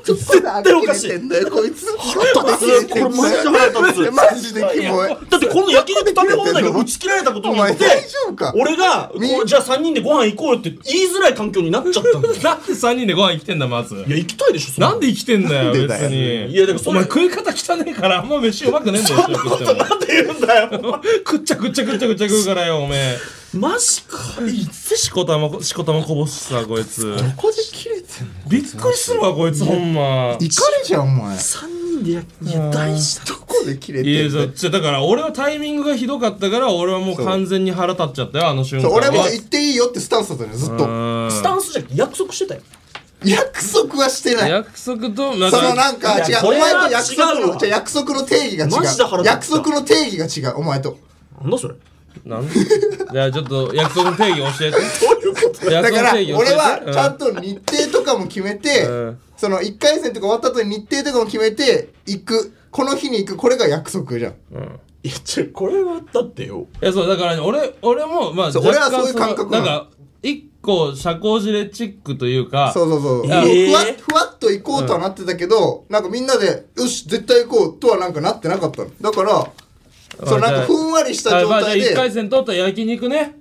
絶対おかしい。
んだよこいつ
腹立つこれマジで腹立つ
マジでキモい
だってこの焼肉食べ放題が打ち切られたことによっ
お
て
前大丈夫か、
俺が、こうじゃあ3人でご飯行こうよって言いづらい環境になっちゃったんだ (laughs) よ。
なんで3人でご飯来てんだまず
いや、行きたいでしょ、
(laughs)
そ
なん
で
で生きてんだよ、
で
別
だよ
に。
いやでもそ
お
れ
前食い方汚ねえから、あんま飯うまくねえんだよ、一緒に食っても
なんで言うんだよ。
(laughs) くっちゃくっちゃくっちゃくっちゃ食うからよ、おめえ。
マジか。
いつしこたま、しこたまこぼすさ、こいつ。
ここで切れてんの
びっくりするわ、こいつ、ほんま。
怒るじゃんお前
3人でや、いや、大事だ。
どこで切れ
い
て
や、
ん
じ
の
ゃじゃだから俺はタイミングがひどかったから、俺はもう完全に腹立っちゃったよ、あの瞬間。
俺も言っていいよってスタンスだったのよずっと
うん
スタンスじゃなくて約束してたよ。
約束はしてない
約束と、なん
その
か、
なんか
いや
違う
こ
お
れ
前
は
と約束
違うわ
のじゃあ約束の定義が違
マジで腹
う
立った
約束の定義が違うお前と
なんだそれ。
なんじゃあちょっと約束の定義教えて。
だ
約
か
束
ら
の定
俺
義教えて。
はちゃんと日程とかも決めて
うん
その1回戦とか終わった後に日程とかも決めて行くこの日に行くこれが約束じゃん
いや、ちょ、これはだってよ。
いやそうだからね俺俺もまあ
そう
若干
俺はそういう
の
感覚
な
なんの
か一個社交辞令チックというか
そうそうそう。
や
ふわ
えー
ふわっと行こうとはなってたけど、なんかみんなで、よし、絶対行こうとはなんかなってなかったの。だから、そう、
まあ
なん
じ
か
ゃあ
ふんわりした
あ
状
まあじゃあ
態
1回
で、
戦取ったら焼肉ね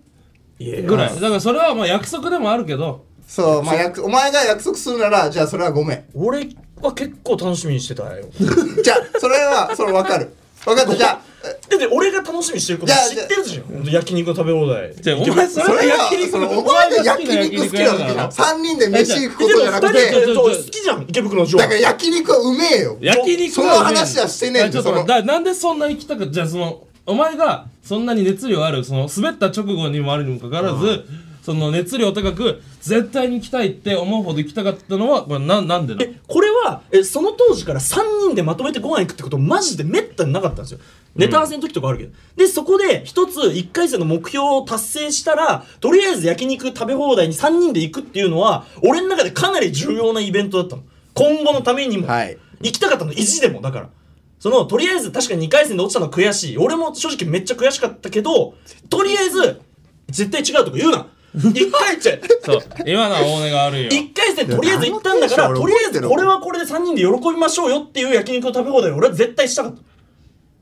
いや
ぐらいだからそれはまあ約束でもあるけど
そう、まあ約、お前が約束するなら、じゃあそれはごめん。 (laughs)
俺は結構楽しみにしてたよ。 (laughs)
じゃあ、それは、それわかる。わかった、じゃあ、
だって俺が楽しみにしてること
いや
知ってるじゃん。ほんと焼肉の食べ放題。
じゃあお前それ
そ
は
れは
焼、肉
その
の
お前が焼肉好きなの
だ
にな。3人で飯行くことじゃなく
えで
て、
も二人で好きじゃん、池袋の城。
だから焼肉はうめえよ。
焼肉
その話はしてねえんだ
ちょ
よ
っと待って
そ
だなんでそんな行きたくじゃあそのお前がそんなに熱量あるその滑った直後にもあるにもかかわらず、その熱量高く絶対に行きたいって思うほど行きたかったのはこれなんなんでなの
えこれはえその当時から3人でまとめてご飯行くってことマジでめったになかったんですよネタ合わせの時とかあるけど、でそこで一つ1回戦の目標を達成したらとりあえず焼肉食べ放題に3人で行くっていうのは俺の中でかなり重要なイベントだったの今後のためにも、
はい
行きたかったの意地でもだからそのとりあえず確かに2回戦で落ちたのは悔しい俺も正直めっちゃ悔しかったけどとりあえず絶対違うとか言うな一回じゃ
そう今のは大根があるよ
一回戦とりあえず行ったんだか
いや
ら
なん
と
でで
り
し
あ
ょ
えず
俺
これはこれで3人で喜びましょうよっていう焼肉の食べ放題を俺は絶対したかった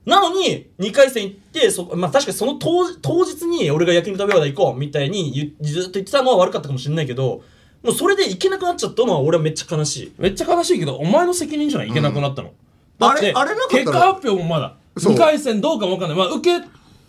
なのに2回戦行ってそ、まあ、確かにその当当日に俺が焼肉食べ放題行こうみたいに言ずっと言ってたのは悪かったかもしれないけどもうそれで行けなくなっちゃったのは俺はめっちゃ悲しい
めっちゃ悲しいけどお前の責任じゃないいけなくなったの、だって
あれあれなかったら
結果発表もまだ
そう
2回戦どうかもわかんないまあ受け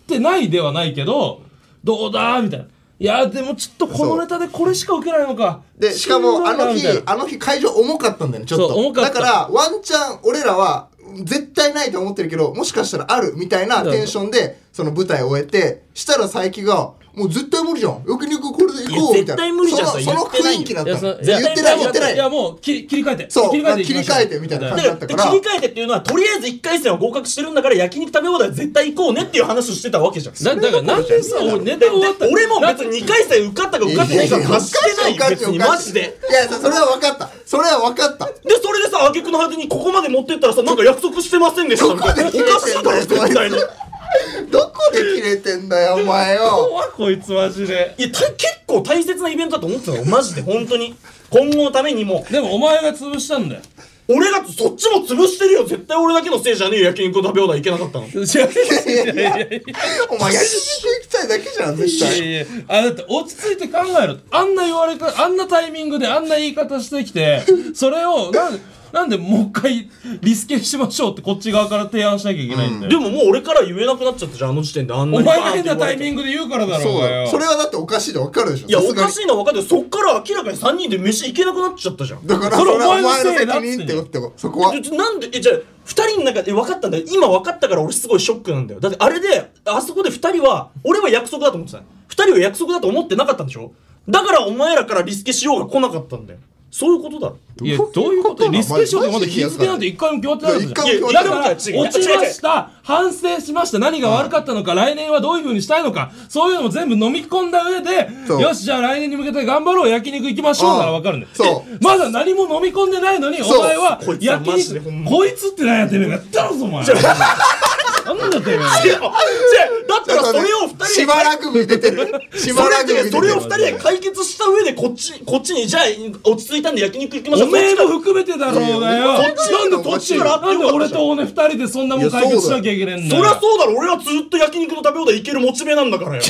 てないではないけどどうだーみたいないやでもちょっとこのネタでこれしか受けないのか
でしか
ん
も
ど
あ
いな
の日
みたいな
あの日会場重かったんだよねちょっと
そう重かった
だからワンチャン俺らは絶対ないと思ってるけどもしかしたらあるみたいなテンションでその舞台を終えてしたら佐伯が「もう絶対無理じゃん焼肉これで行こう」
いや
みたいな
絶対無理じゃん
そのその
それ言ってない
い
雰囲気だった
よ
や
の
その
言ってない
や
言ってない
いやもう切り切り替えて
そう
切り替えていきましょ
まあ切り替えてみたいな感
は
じ
い
だったから
切り替えてっていうのはとりあえず1回戦は合格してるんだから焼肉食べ放題絶対行こうねっていう話をしてたわけじゃん
だだからなんでさ俺ネタ終わった
俺も別に2回戦受かったか受かってないか
恥
発
ず
してないよ別にマジで
いやそれは分かったそれは分かった
でそれでさ挙句の果てにここまで持ってったらさなんか約束してませんでしたみたいなお
どこで
かしいだろ絶対にいや
どこで切れてんだよお前よ
怖いこいつマジで
た結構大切なイベントだと思ってたのマジで本当に今後のためにも
でもお前が潰したんだよ
俺がそっちも潰してるよ絶対俺だけのせいじゃねえよ焼肉食べ放題行けなかったの
いやいやいやいやい
お前焼肉行きたいだけじゃん絶対
やいやあだって落ち着いて考えろあんな言われかあんなタイミングであんな言い方してきてそれをなんなんでもう一回リスケしましょうってこっち側から提案しなきゃいけないんだ
で
よ、
ももう俺から言えなくなっちゃったじゃんあの時点であんな
お
に
前が変なタイ
ング
ミングで言うからだろ
そう
う
だ
が
よ
よ
それはだっておかしいで分かるでしょ
いや、
さ
お
すがに
かしいのは分かるけど、そっから明らかに3人で飯行けなくなっちゃったじゃん。
だから
そ
そ
れ
れはお
お前
前
の
の
せいだ
責
っつってんの
任ってことよそこは
ちょちょなんで、え、じゃあ、2人の中で分かったんだよ。今分かったから俺すごいショックなんだよ。だってあれで、あそこで2人は、俺は約束だと思ってたの。2人は約束だと思ってなかったんでしょだからお前らからリスケしようが来なかったんだよ。そういうことだろ。
いやどういうことリスケしようってまだ日付なんて一回も決まってなかったじゃん
いや一回も
だ
決
から
ま
落ちました反省しました何が悪かったのか来年はどういう風にしたいのかそういうのも全部飲み込んだ上
そ
で
う
よしじゃあ来年に向けて頑張ろう焼肉行きましょうなら分かるんだよ
そう
えまだ何も飲み込んでないのにお
そう
前は
こいつは
焼
マジでほ
肉
んま
こいつって何やってめえがやったろぞお前なんだってめ
いや、じゃあだったらそれを2人
し
で
ばらく見ててるしばら
そ
く見
れ
て
で
て
それを2人
る
で解決した上でこっちこっちにじゃあ落ち着いたんで焼肉行きましょ
お
う
めえ
こ
も
っちが
含めてだろうがよ。
い
な
や
ん
いやこっちが
でこっちからなんで俺と俺二人でそんなもん解決しなきゃいけねえんだ
そ
よ
り。ゃそうだろ俺はずっと焼肉の食べ放題行けるモチベなんだからよ
(laughs)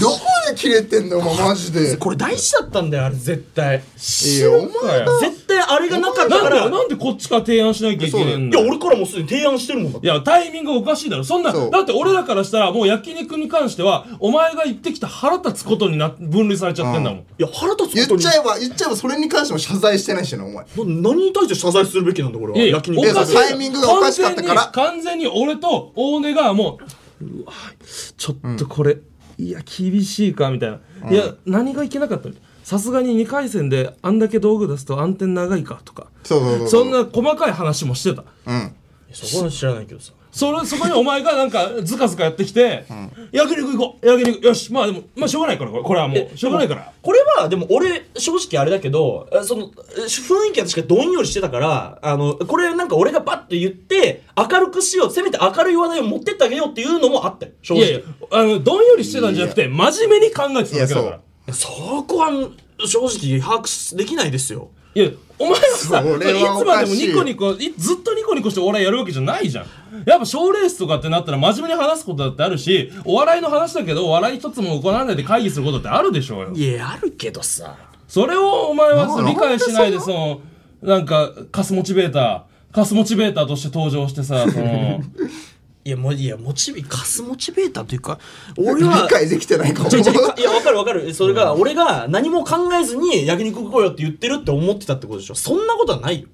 どこで切れてんだよお前マジで
(laughs) これ大事だったんだよあれ絶対
いやお前が
絶対あれがなかった
な
か
ん
ら
で、
い
なんでこっちから提案しなきゃいけないんだ
や
よ。
俺からもうすでに提案してるもんだっ
い
て
や、タイミングおかしいだろ。そんな、
そう
だって俺らからしたら、もう焼肉に関しては、お前が言ってきた腹立つことにな、分類されちゃってんだもん。
いや腹立
言
つ
っ
ことに
ちゃえば言っちゃえばそれに関しても謝罪してないしなお前
な何に対して謝罪するべきなんだ俺は焼肉
いや
い
そ
や
うタイミングがおかしかったから
完全に完全に俺と大根がもううわちょっとこれ、いや厳しいかみたいな、いや何がいけなかったのさすがに2回戦であんだけ道具出すと暗転長いかとか
そうそうそう
そんな細かい話もしてた
そこは知らないけどさ
それそこにお前がなんかズカズカやってきて、焼肉行こう焼肉よしまあでもまあしょうがないからこれこれはもうしょうがないから
これはでも俺正直あれだけどえそのえ雰囲気は確かどんよりしてたからあのこれなんか俺がバッと言って明るくしようせめて明るい話題を持ってってあげようっていうのもあったよ正
い
直
やいやあのどんよりしてたんじゃなくて真面目に考えてただけだか
いや
ら
そこは正直把握できないですよ
いや、お前はさ、
それ
い
は
つ
お
まで
か
も
しい
ニコニコ、いずっとニコニコしてお笑いやるわけじゃないじゃん。やっぱ賞ーレースとかってなったら真面目に話すことだってあるし、お笑いの話だけど、お笑い一つも行わないで会議することってあるでしょうよ。
いやあるけどさ
それをお前はその
なん
理
か
解しないで、その、なんか、カスモチベーター、カスモチベーターとして登場してさ、その、
いやもういやモチベカスモチベーターというか
理
俺は
解できて
(laughs)
ないかも
違う違ういやわかるわかるそれが俺が何も考えずに焼肉行こうよって言ってるって思ってたってことでしょそんなことはないよ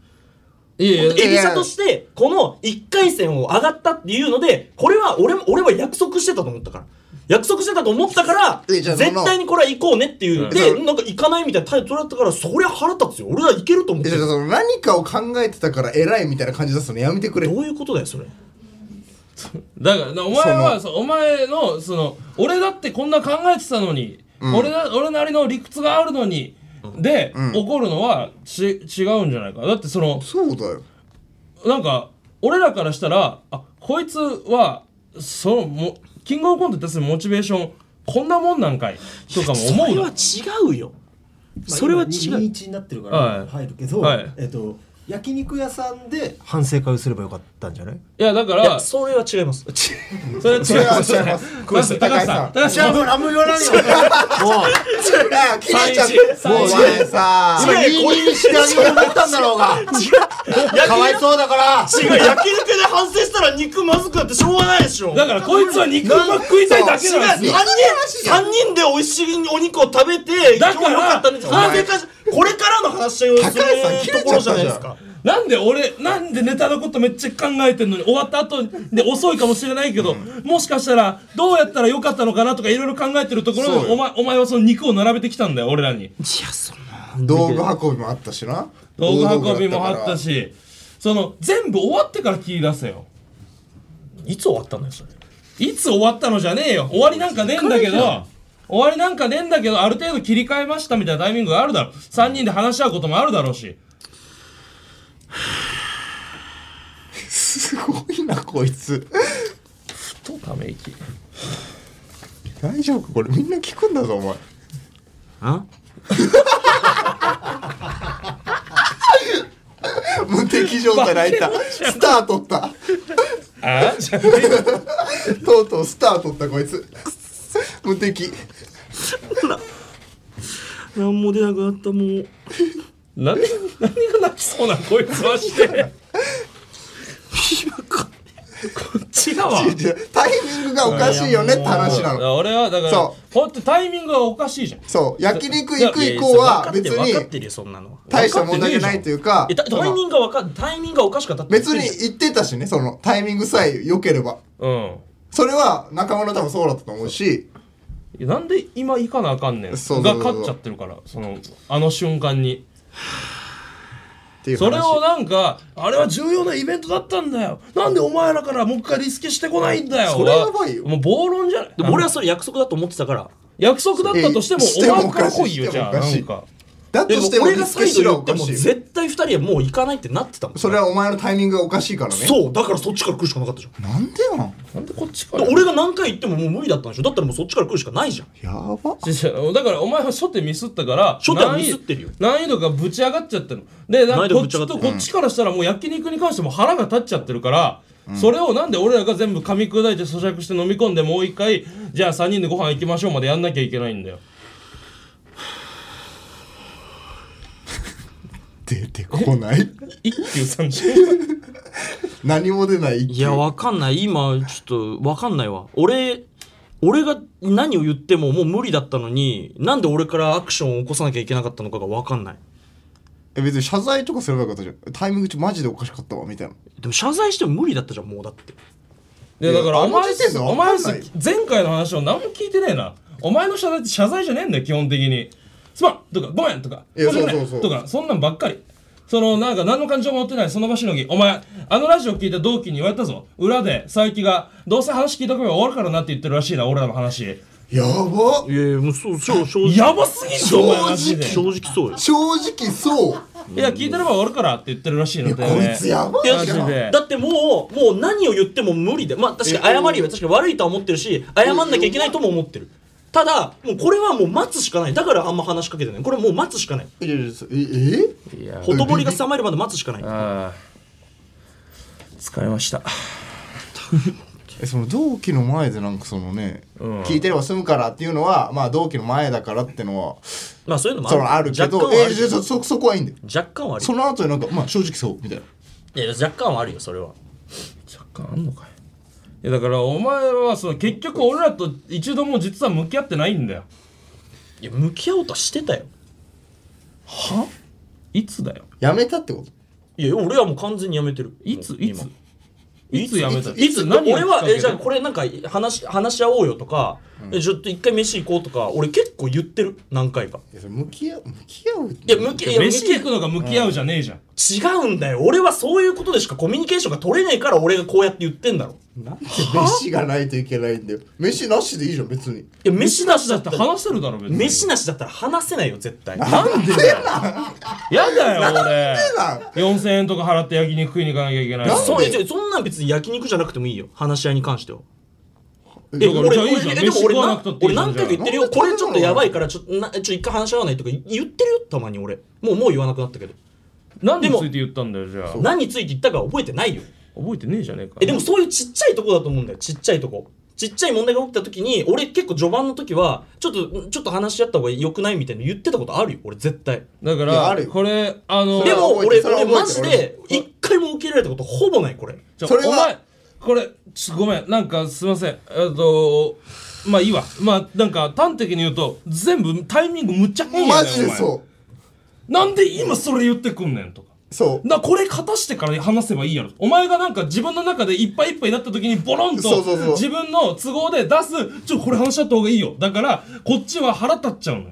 いやいや
エビシャとしてこの1回戦を上がったっていうのでこれは俺も俺は約束してたと思ったから約束してたと思ったから
えじゃあ
絶対にこれは行こうねっていう、
ん
でなんか行かないみたいな態度取られたからそりゃ腹立つよ俺は行けると思っ
え
て
じゃあ
る
その何かを考えてたから偉いみたいな感じ出すのやめてくれ
どういうことだよそれ
だからなお前はそうお前のその俺だってこんな考えてたのに、俺だ俺なりの理屈があるのにで、怒るのはち違うんじゃないかだってその
そうだよ
なんか俺らからしたらあこいつはそのもキングオブコントに対するモチベーションこんなもんなんかいとかも
そ
思う
れ
の
は違うよそれは違
今
う
に21になってるか
は
ら
い
入るけど、
はい
えっと焼肉屋さんで反省会をすればよかったんじゃない
いやだか
いや
らそ
それは違い (laughs) ます
れは違う
それは違います
高橋さん高橋さん高橋さん
何も言わないよもう
いや切れちゃっ
最
て
初
もうお前さ
今
いい人にしてあげようと思ったんだろうがかわいそうだから
違う焼き肉で反省したら肉まずくなってしょうがないでしょ
だからこいつは肉うまく食いたいだけ
違う
なん
3
です
人
よ
三人で美味しいお肉を食べて
だから
今日良かったねって反省会しこれからの話し合いを
高
す
橋さん切
る
れ
と
ち
こ
ゃ
ろ
った
じ
じゃ
ゃ
ん
ないですか
なんで俺なんでネタのことめっちゃ考えてんのに終わった後で遅いかもしれないけど、もしかしたらどうやったらよかったのかなとかいろいろ考えてるところ
そう
で
よ
お前お前はその肉を並べてきたんだよ俺らに
いやそんな
道具運びもあったしな
道具運びもあった
し
しその全部終わってから切り出せよ
いつ終わったんだよそれ
いつ終わったのじゃねえよ終わりなんかねえんだけど終わりなんかねえんだけどある程度切り替えましたみたいなタイミングがあるだろ3人で話し合うこともあるだろうし
すごいなこいつ
とため息
大丈夫これみんな聞くんだぞお前
あ
無敵状態泣いたスター取った
ああじゃ
とうとうスター取ったこいつ無敵
何も出なくなったもう
何何が泣きそうなこいつはして
今か
こっちだわ
タイミングがおかしいよねって話なの
俺はだから
そ
本当タイミングがおかしいじゃん
そう焼肉行く以降は別
分かっ
に
てるよそんなのは
大した問題じゃないというか
えたタイミ
その
ングがわかタイミングがおかしかったって
別に言ってたしねそのタイミングさえ良ければ
うん
それは中村多分そうだったと思うし
いやなんで今行かなあかんねんが
そうそうそう
勝っちゃってるからそのあの瞬間に
っていう
そ
話
れをなんかあれは重要なイベントだったんだよなんでお前らからもう一回リスケしてこないんだよ
それやばいよ
もう暴論じゃない
でも俺はそれ約束だと思ってたから
約束だったとしても
えしても
お前から来い
お
よ
かしい
じゃあな
してもおかしい
んか
だと
でも
しても
俺が
リスケ
再
し
度
ろ
言
お
って
か
も
しいよ
絶対二人はもう行かないってなってたもん
それはお前のタイミングがおかしいからね
そうだからそっちから来るしかなかったじゃん
なんでなん
なんでこっちから
で俺が何回言ってももう無理だったんでしょだったらもうそっちから来るしかないじゃん
やば
違う違うだからお前は初手ミスったから
初手はミスってるよ
難易難易度がぶち上がっちゃってるでなんかこっち
難易度ぶち上が
と
って
こ
る
っちからしたらもう焼肉に関しても腹が立っちゃってるから、それをなんで俺らが全部噛み砕いて咀嚼して飲み込んでもう一回じゃあ3人でご飯行きましょうまでやんなきゃいけないんだよ
出てこ
(laughs)
ない
一休三十
何も出ない
いやわかんない今ちょっとわかんないわ俺俺が何を言ってももう無理だったのになんで俺からアクションを起こさなきゃいけなかったのかがわかんない
え別に謝罪とかすればよかったじゃんタイミング中マジでおかしかったわみたいな
でも謝罪しても無理だったじゃんもうだって
でだから
いや
お前
あの時点で
お
わか
前
んないよ
前回の話を何も聞いてねえなお前の謝罪って謝罪じゃねえんだよ基本的にすまんとかごめんとか
いや
申し訳な
そうそうそう
とかそんなんばっかりそのなんか何の感情も持ってないその場しのぎお前あのラジオ聞いた同期に言われたぞ裏で佐伯がどうせ話聞いとけば終わるからなって言ってるらしいな俺らの話
やば
いやいやもうそうそう正直
やばすぎんぞお前マジで
正直そうよ
正直そう
いや聞いてれば終わるからって言ってるらしいの
い
で
やこいつやばい
マ
じ
ジ
ゃん
で
だってもうもう何を言っても無理でまあ確かに謝りは確かに悪いとは思ってるし謝んなきゃいけないとも思ってるただもうこれはもう待つしかないだからあんま話しかけてないこれはもう待つしかない
いやいやそええ
ほとぼりが冷めるまで待つしかない
ああ疲れました
えその同期の前でなんかそのね、聞いてれば済むからっていうのはまあ同期の前だからってのは
まあそういうのもあ
そ
る
のあるけど
若干はあ
え
る
じゃあそそそこはいいんだよ
若干はある
その後でなんかまあ正直そうみたいない
や若干はあるよそれは
若干あんのかいいやだからお前はその結局俺らと一度も実は向き合ってないんだよ
いや向き合おうとはしてたよ
いつだよ
やめたってこと
いや俺はもう完全にやめてる
いつ
もう
いつ
今
いつやめた
いつ
何
俺はえじゃあ
こ
これなんか話話し合おうよとか、えちょっと一回飯行こうとか俺結構言ってる何回か
いやそれ向き合う向き合う
いや向きいや向
飯
き
行くのが向き合うじゃねえじゃん、
違うんだよ俺はそういうことでしかコミュニケーションが取れないから俺がこうやって言ってんだろなんい
(laughs) 飯がないといけないんだよ飯なしでいいじゃん別に
や飯なしだった
だって
ら
話せるだろ別に
飯なしだったら話せないよ絶対
なんでだよやだよ俺
なんで
4000円とか払って焼肉食いに行かなきゃいけない
なんで
そういやちょそんなん別に焼肉じゃなくてもいいよ話し合いに関しては
だから
俺
じゃあいい
俺
じゃん
えでも
飯
俺
食わな
な
くたっていい
俺
じゃん
何回か言ってるよ
じゃあ
これちょっとやばいからちょっとなちょっと一回話し合わないとか言ってるよたまに俺もうもう言わなくなったけど
何につ
でも
いて言ったんだよじゃあ
何について言ったか覚えてないよ
覚えてねえじゃねえか
えでもそういうちっちゃいとこだと思うんだよちっちゃいとこちっちゃい問題が起きた時に俺結構序盤の時はちょっとちょっと話し合った方が良くないみたいなの言ってたことあるよ俺絶対
だか
いやあ
ら
るよ
これあの
で
それは
も
覚え
俺
てる
俺
それは
マ
覚
ジ
えて
で
る
一回も受け入れられたことほぼないこれ
ちょ
それは
お前これちょごめんなんかすいませんえっとまあいいわまあなんか端的に言うと全部タイミングむっちゃ変やねん
マジで
お前
そう
なんで今それ言ってくんねんとか
そう
なこれ勝たしてから話せばいいやろお前がなんか自分の中でいっぱいいっぱいになった時にボロン
そ
と
うそうそう
自分の都合で出すちょこれ話し合った方がいいよだからこっちは腹立っちゃうのよ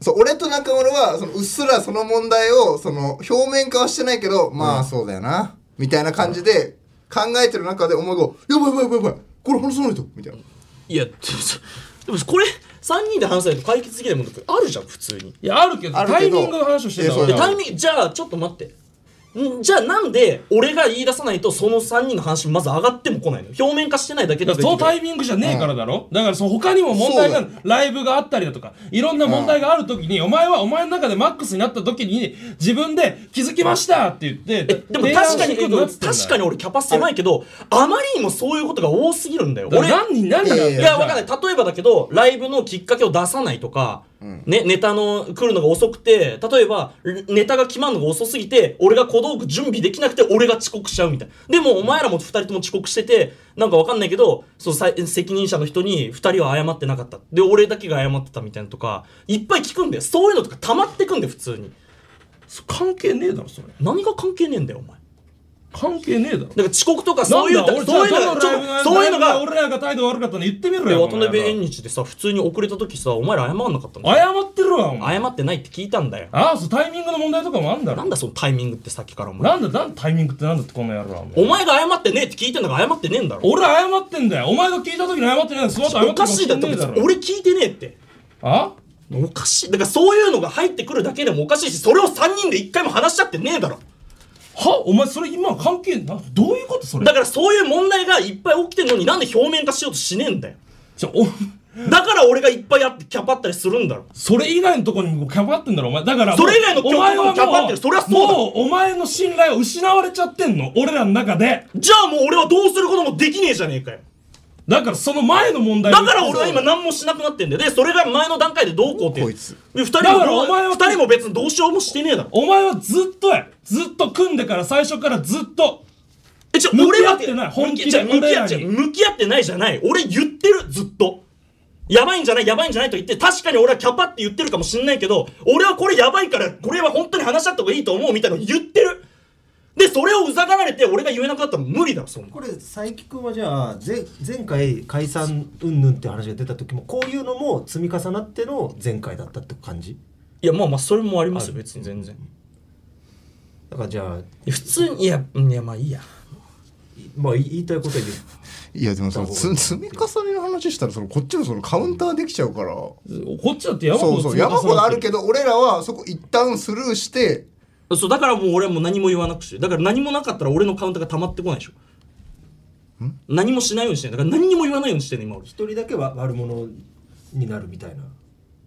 そう俺と中丸はそのうっすらその問題をその表面化はしてないけどまあそうだよな、みたいな感じで考えてる中でお前が「やばいやばいやばいやばいこれ話さないと」みたいない
やでもでもこれ3人で話さないと解決できないもんだってあるじゃん普通に
いやあるけど
あるけど
タイミングの話をしてた
いやそう
で
だ
わ
タイミングじゃあちょっと待ってんじゃあなんで俺が言い出さないとその3人の話まず上がっても来ないの表面化してないだけ
だ
で
からそのタイ
ン
ミングじゃねえからだろ、だからその他にも問題があるライブがあったりだとかいろんな問題がある時に、お前はお前の中でマックスになった時に自分で気づきましたって言って
でも確かに
提案してくんだっつってんだよ
確かに俺キャパ狭いけどあまりにもそういうことが多すぎるんだよ俺
だから何何なんだよ
い
いや、わかんない。例えばだけど、ライブのきっかけを出さないとか、ね、ネタの来るのが遅くて、例えば、ネタが決まるのが遅すぎて、俺が小道具準備できなくて、俺が遅刻しちゃうみたいな。でも、お前らも二人とも遅刻してて、なんかわかんないけど、そのさい責任者の人に二人は謝ってなかった。で、俺だけが謝ってたみたいなのとか、いっぱい聞くんだよ。そういうのとか溜まってくんだよ、普通に。
関係ねえだろそれ
何が関係ねえんだよ、お前。
関係ねえだろ
だから遅刻とかそういう
なんだ俺、
そういうのが、
じ
ち
ゃあどのライブ
ょそういうの
ライ
が
ブ、俺らが態度悪かったの言ってみろ
で
よ
渡辺
お前
縁日でさ、普通に遅れた時さ、お前ら謝んなかったの
謝ってるわお前
謝ってないって聞いたんだよ。
ああそうタイミングの問題とかもあんだろ
なんだそのタイミングってさっきからお前。
なんだなんだタイミングってなんだってこの野郎お前
お前が謝ってねえって聞いてんだから謝ってねえんだろ。
俺謝ってんだよお前が聞いた時に謝ってないのその後謝って
おかしいだって
もん
別
ねえ
に俺聞いてねえって。
あ
おかしい。だからそういうのが入ってくるだけでもおかしいし、それを3人で1回も話し合ってねえだろ。
はお前それ今関係などういうことそれ
だからそういう問題がいっぱい起きてんのになんで表面化しようとしねえんだよ。
ちょお
だから俺がいっぱいあってキャパったりするんだろ。
それ以外のとこにもキャパってんだろお前だからもう
それ以外のとこ
お前はもう
キャパってるそりゃそうだ
もうお前の信頼は失われちゃってんの俺らの中で
じゃあもう俺はどうすることもできねえじゃねえかよ。
だからその前の問題
だから俺は今何もしなくなってんだよ。で、それが前の段階でどうこうって。
こいつ
で。二人も
だから
どう
お前は
二人も別にどうしようもしてねえだろ。
お前はずっとやずっと組んでから最初からずっと
え、ちょ、
向
俺
き合
だ
ってない本
向
気
き
で
じゃ向き合っ
俺ら
て、
に
向き合ってないじゃない。俺言ってる、ずっと。やばいんじゃないやばいんじゃないと言って、確かに俺はキャパって言ってるかもしんないけど、俺はこれやばいから、これは本当に話し合った方がいいと思うみたいなの言ってる。で、それをうざがられて、俺が言えなくなったら無理だろ、そんな。
これ佐伯君はじゃあぜ前回解散云々って話が出た時もこういうのも積み重なっての前回だったって感じ
いや、まあまあ、それもありますよ、別に全然。
だからじゃあ
いや普通に、いや、うんいや、まあいいや。
いまあい言いたいことは言う
いやでもそのつ積み重ねの話したらそのこっちもそのカウンターできちゃうから
こっちだって山ほ
そ
ど
うそう山
積み重なって
ほどあるけど俺らはそこ一旦スルーして
そう、だからもう俺はもう何も言わなくして。だから何もなかったら俺のカウンターが溜まってこないでしょ。何もしないようにしてんだから何にも言わないようにしてんの、今俺。
一人だけは悪者になるみたいな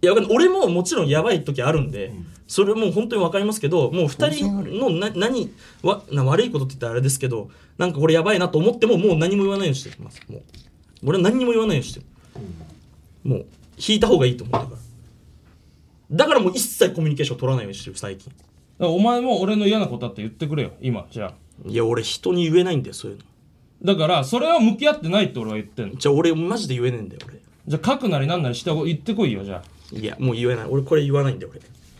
い
やわかんない俺ももちろんやばい時あるんで、それもう本当に分かりますけどもう二人のな何わな悪いことって言ったらあれですけどなんかこれやばいなと思ってももう何も言わないようにしてますもう俺は何にも言わないようにしてる、もう引いた方がいいと思ったからだからもう一切コミュニケーション取らないようにしてる最近
だからお前も俺の嫌なことあって言ってくれよ今じゃあ
いや俺人に言えないんだよそういうの
だからそれは向き合ってないって俺は言ってんの
じゃあ俺マジで言えねえんだよ
じゃあ書くなりなんなりして言ってこいよじゃあ
俺いやもう言えない俺これ言わないんだよ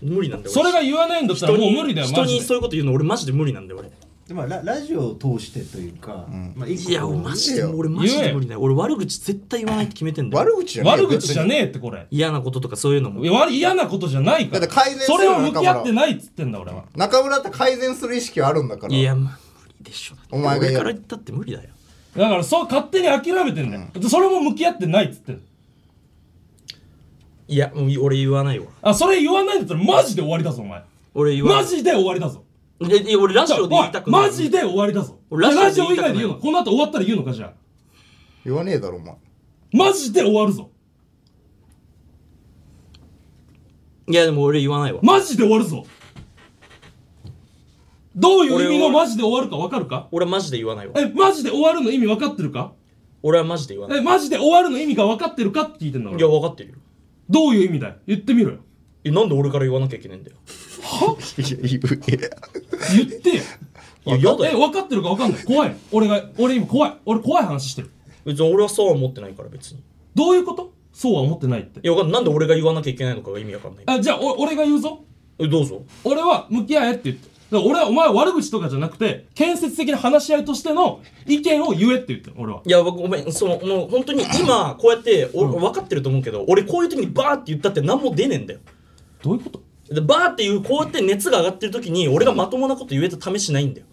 俺無理なんだよ
それが言わないんだったらもう
に
無理だよ
人
マジ
に
で
そういうこと言うの俺マジで無理なんだよ俺
でまあララジオを通してというか、まあ、
いや、
個こう
マジでもう俺マジで無理だよ。俺悪口絶対言わないって決めてんだよ。
悪口じゃねえよ
悪口じゃねえってこれ
嫌なこととかそういうのも。
いや悪い嫌なことじゃないから
だって改善する
そ
よ
れを向き合ってないっつってんだ俺は
中村って改善する意識はあるんだから
いや、まあ、無理でしょ。
お前が
俺
やる
から言ったって無理だよ。
だからそう勝手に諦めてんね、ん、それも向き合ってないっつってんの
いや、もう俺言わないわ。
あそれ言わないんだったらマジで終わりだぞお前
俺言わない。
マジで終わりだぞ
えいや俺ラジオで言いたくない。
おいマジで終わりだぞ
俺ラ
ラ
ジ
ジ
オ
オ
で言い
以
たく
外で
ない
言うのこの後終わったら言うのかじゃあ
言わねえだろお前
マジで終わるぞ
いや、でも俺言わないわ。
マジで終わるぞどういう意味の
俺は
マジで終わるか分かるか
俺はマジで言わないわ。
えマジで終わるの意味分かってるか
俺はマジで言わない。
えマジで終わるの意味が分かってるかって聞いてんだか
いや、
ら
分かってるよ。
どういう意味だよ言ってみろよ
え、なんで俺から言わなきゃいけないんだよ。
言ってよ
(laughs) いや、やだ
え
よ。
分かってるか分かんない怖い俺が俺今怖い俺怖い話してる
別に俺はそうは思ってないから、別に。い
どういうことそうは思ってないって
や、わかんない。なんで俺が言わなきゃいけないのかが意味わかんない。
あじゃあお俺が言うぞ
え、どうぞ。
俺は向き合えって言ってだから俺はお前は悪口とかじゃなくて建設的な話し合いとしての意見を言えって言ってる俺はい
や、僕ごめん、その、もう本当に今、こうやって、俺、分かってると思うけど、俺こういう時にバーって言ったって何も出ねえんだよ。
どういうこと
でバーっていう、こうやって熱が上がってる時に、俺がまともなこと言えた試しないんだよ。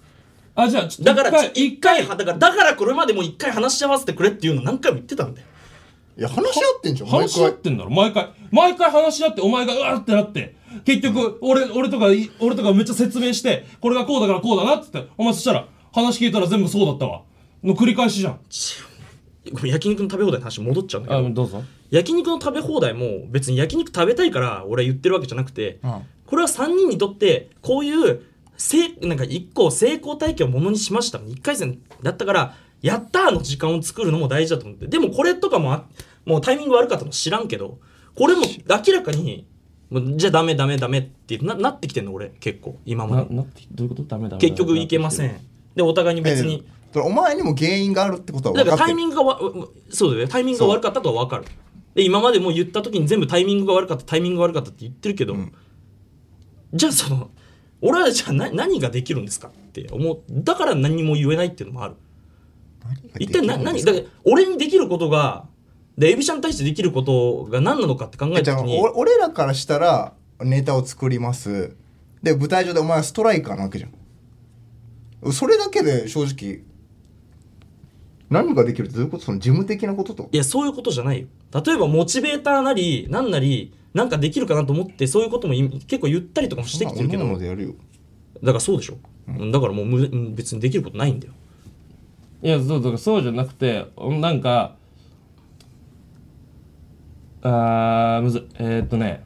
あじゃあちょっと
だから、
一
一
回一
回、だ
回
から、だからこれまでも一回話し合わせてくれっていうの何回も言ってたんだよ。
いや話し合ってんじゃん毎
話し合っ
回
てんだろ毎回毎回話し合ってお前がうわーってなって結局俺俺とかい俺とかめっちゃ説明してこれがこうだからこうだなって言ってお前そしたら話聞いたら全部そうだったわの繰り返しじゃん
ごめん焼肉の食べ放題の話戻っちゃうんだけど、
どうぞ
焼肉の食べ放題も別に焼肉食べたいから俺は言ってるわけじゃなくて、
ん
これは3人にとってこういうせいなんか1個成功体験をものにしました1回戦だったからやったーの時間を作るのも大事だと思ってでもこれとかもあもうタイミング悪かったの知らんけどこれも明らかにもうじゃあダメダメダメってななってきてんの俺結構今まで
ってどういうことダメだ
結局いけませんでお互いに別に、
ねえそれお前にも原因があるってことは
だ
分
か
からって
タイ
る
ミングがわそうだよねタイミングが悪かったとは分かるで今までもう言った時に全部タイミングが悪かったタイミングが悪かったって言ってるけど、じゃあその俺はじゃあな何ができるんですかって思うだから何も言えないっていうのもある一体な何だから俺にできることがでエビちゃんに対してできることが何なのかって考え
じ
た
ゃあ
時
お
に
俺らからしたらネタを作りますで舞台上でお前はストライカーなわけじゃんそれだけで正直何ができるってどういうことその事務的なことと
いやそういうことじゃないよ例えばモチベーターなり何なりなんかできるかなと思ってそういうこともい結構言ったりとかもしてきてるけど
そんな女の子でやるよ
だからそうでしょ、だからもうむうん別にできることないんだよ
いやそうだからそうじゃなくておなんかあーむずいえー、っとね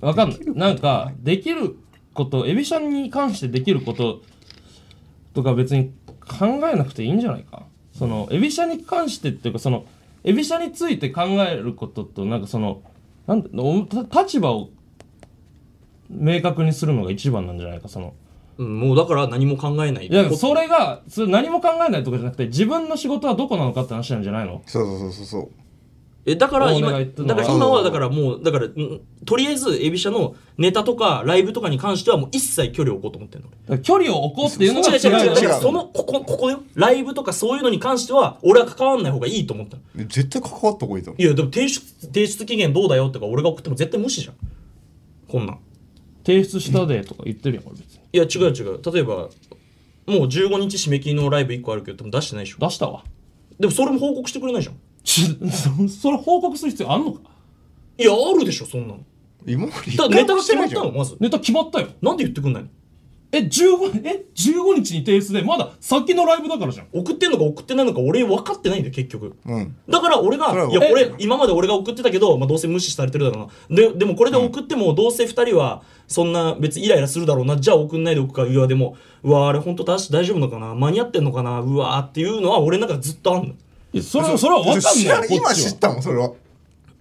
わかんないなんかできることエビシャンに関してできることとか別に考えなくていいんじゃないかそのエビシャンに関してっていうかそのエビシャンについて考えることとなんかそのなんだおた立場を明確にするのが一番なんじゃないかその
うんもうだから何も考えない
いや、
こ
それが、それ何も考えないとかじゃなくて、自分の仕事はどこなのかって話なんじゃないの
そうそうそうそうそう
えだから今
お願いってのは
だから今はだからもうだからんとりあえずエビシャのネタとかライブとかに関してはもう一切距離を置こうと思ってんの
だから距離を置こうっていうのが
違う違
違
う
う
違う
の
違うそのここここよライブとかそういうのに関しては俺は関わんない方がいいと思ったの
絶対関わった方がいいと思
いやでも提出提出期限どうだよとか俺が送っても絶対無視じゃんこんなん
提出したでとか言ってるやん、俺別に。
いや違う違う例えばもう15日締め切りのライブ1個あるけど多分出してないでしょ
出したわ。
でもそれも報告してくれないじゃん
ちそそれ報告する必要あんのか
いやあるでしょそんなの
う今まで一
だ
回
か
も
らネタが
して
決ま
な
っ
いじゃ
た
ん
のまず
ネタ決まったよ。
なんで言ってくんないの
え、15、え、15日に提出で、まだ先のライブだからじゃん。
送ってんのか送ってないのか俺分かってないんだよ結局、
うん
だから俺が
それはい
や
え
俺今まで俺が送ってたけど、まあ、どうせ無視されてるだろうなででもこれで送ってもどうせ2人はそんな別にイライラするだろうなじゃあ送んないでおくかいやでもうわあれ本当出し大丈夫なのかな間に合ってんのかなうわーっていうのは俺の中でずっとあんの
いやそれは、それは分かん
知ら
ないよ、こ
今
っち
知
は
っ。たもんそれは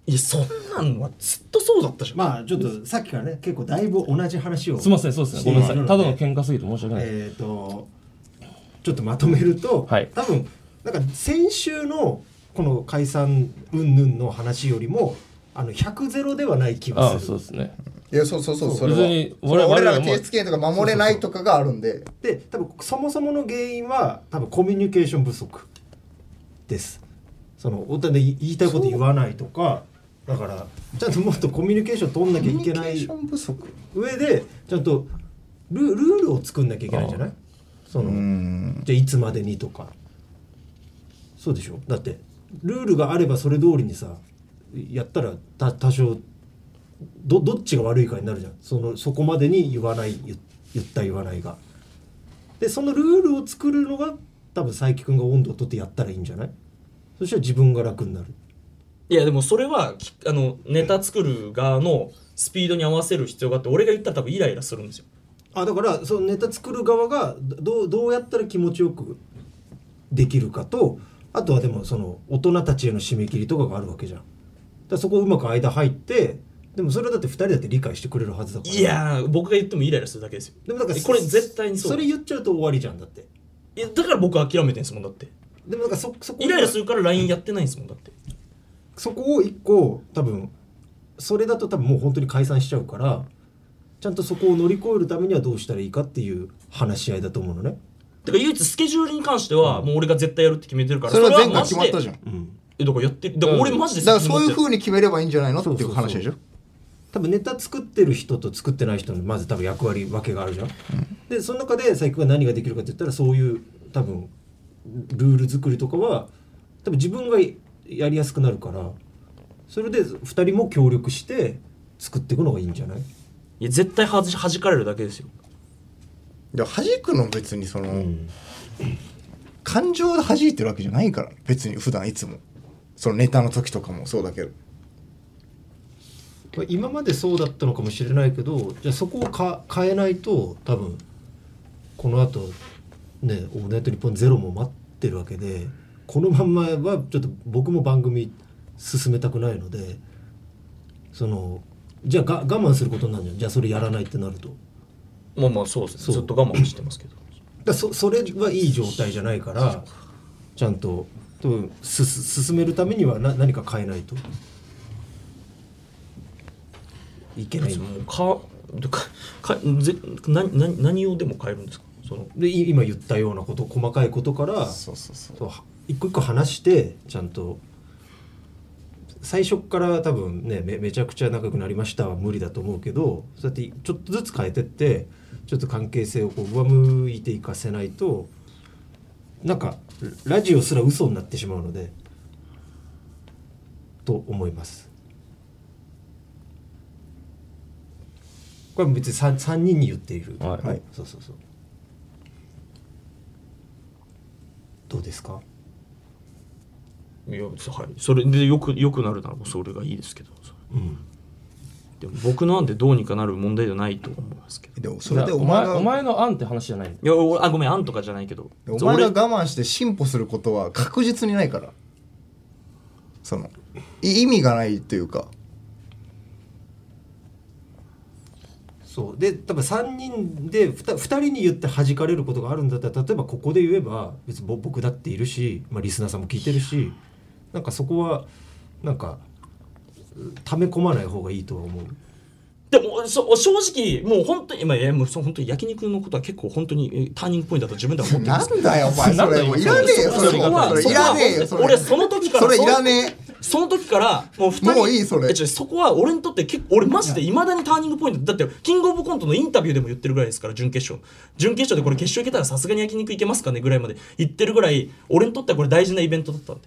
い
やそんなんはずっとそうだったじゃん、
まあちょっとさっきからね結構だいぶ同じ話を
すいません、そうですね。ごめんなさい。
うん
ただの喧嘩すぎて申し訳ない。
えっ、とちょっとまとめると、
はい
多分なんか先週のこの解散云々の話よりもあの100ゼロではない気
あ
が
あ、
す
そう
る
ですね。
いやそうそうそうそれは
別に
それは
我々は
俺らが
もう
提出権とか守れないとかがあるんで
で多分そもそもの原因は多分コミュニケーション不足ですそのお互い言いたいこと言わないとかだからちゃんともっとコミュニケーション取んなきゃいけな
コミュニケー
い
ション不足
上でちゃんとルルールを作んなきゃいけないんじゃないそのじゃあいつまでにとかそうでしょだってルールがあればそれ通りにさやったらた多少どどっちが悪いかになるじゃんそのそこまでに言わない言言った言わないがでそのルールを作るのが多分佐伯君が温度を取ってやったらいいんじゃないそしたら自分が楽になる
いやでもそれはきあのネタ作る側のスピードに合わせる必要があって俺が言ったら多分イライラするんですよ
あだからそのネタ作る側がどうどうやったら気持ちよくできるかとあとはでもその大人たちへの締め切りとかがあるわけじゃんだからそこをうまく間入ってでもそれはだって2人だって理解してくれるはずだから
いやー僕が言ってもイライラするだけですよ
でもだから
これ絶対にそう
それ言っちゃうと終わりじゃんだって
いやだから僕諦めてんですもんだって
でもだからそそこ
イライラするから LINE やってないんですもんだって
そこを一個多分それだと多分もう本当に解散しちゃうからちゃんとそこを乗り越えるためにはどうしたらいいかっていう話し合いだと思うのね
てか唯一スケジュールに関してはもう俺が絶対やるって決めてるから
それは前
マ
回
ジ
決
で
まったじゃん
えだからやってるだから俺マジで
だからそういう
ふ
風に決めればいいんじゃないのって
そう
い
そ
う
うそう
話でしょ
多分ネタ作ってる人と作ってない人のまず多分役割分けがあるじゃん、でその中で佐伯が何ができるかって言ったらそういう多分ルール作りとかは多分自分がやりやすくなるからそれで2人も協力して作っていくのがいいんじゃない
いや絶対はじ弾かれるだけですよ
で弾くの別にその、感情で弾いてるわけじゃないから別に普段いつもそのネタの時とかもそうだけど
まあ今までそうだったのかもしれないけどじゃあそこをか変えないと多分このあとね「オールナイトニッポンゼロも待ってるわけでこのまんまはちょっと僕も番組進めたくないのでそのじゃあが我慢することになるじゃんじゃあそれやらないってなると。
まあまあそうです
そ
ね
う
ずっと我慢してますけど
だそそれはいい状態じゃないからちゃんと多分すす進めるためにはな何か変えないといけない
もうかかかぜなな何をでも変えるんですかその
でい今言ったようなこと細かいことから
そうそうそう
そうは一個一個話してちゃんと最初っから多分ねめめちゃくちゃ仲良くなりましたは無理だと思うけどそうやってちょっとずつ変えてってちょっと関係性をこう上向いていかせないとなんかラジオすら嘘になってしまうのでと思います。これは別に 3, 3人に言っている、
はい
はい
そうそうそうどうですか
いや別にはいそれでよくよくなるならそれがいいですけど、でも僕の案でどうにかなる問題じゃないと思いますけど
でもそれでお前が
お前の案って話じゃないんだ
いや俺あごめん案とかじゃないけど
お前が
俺
我慢して進歩することは確実にないからそのい意味がないというか
そうで多分3人で 2, 人に言って弾かれることがあるんだったら例えばここで言えば別にぼ僕だっているし、まあ、リスナーさんも聞いてるしなんかそこはなんかう溜め込まない方がいいとは思う。
でもそう正直もう本当にまあいやもうそう本当に焼肉のことは結構本当にえーターニングポイントだと自分では思ってま
な
す
んだよお前
な
そ
んだ
れ
よ
もういらねえよ
そ
それ
こは
それいらねえよ
そ
そ
こは
れ
俺その時から
それいら
え
ねえ
その時からもう二人
もういいそれ
えちょそこは俺にとって結構俺マジでいまだにターニングポイントだってキングオブコントのインタビューでも言ってるぐらいですから準決勝準決勝でこれ決勝行けたらさすがに焼肉行けますかねぐらいまで言ってるぐらい俺にとってはこれ大事なイベントだったんで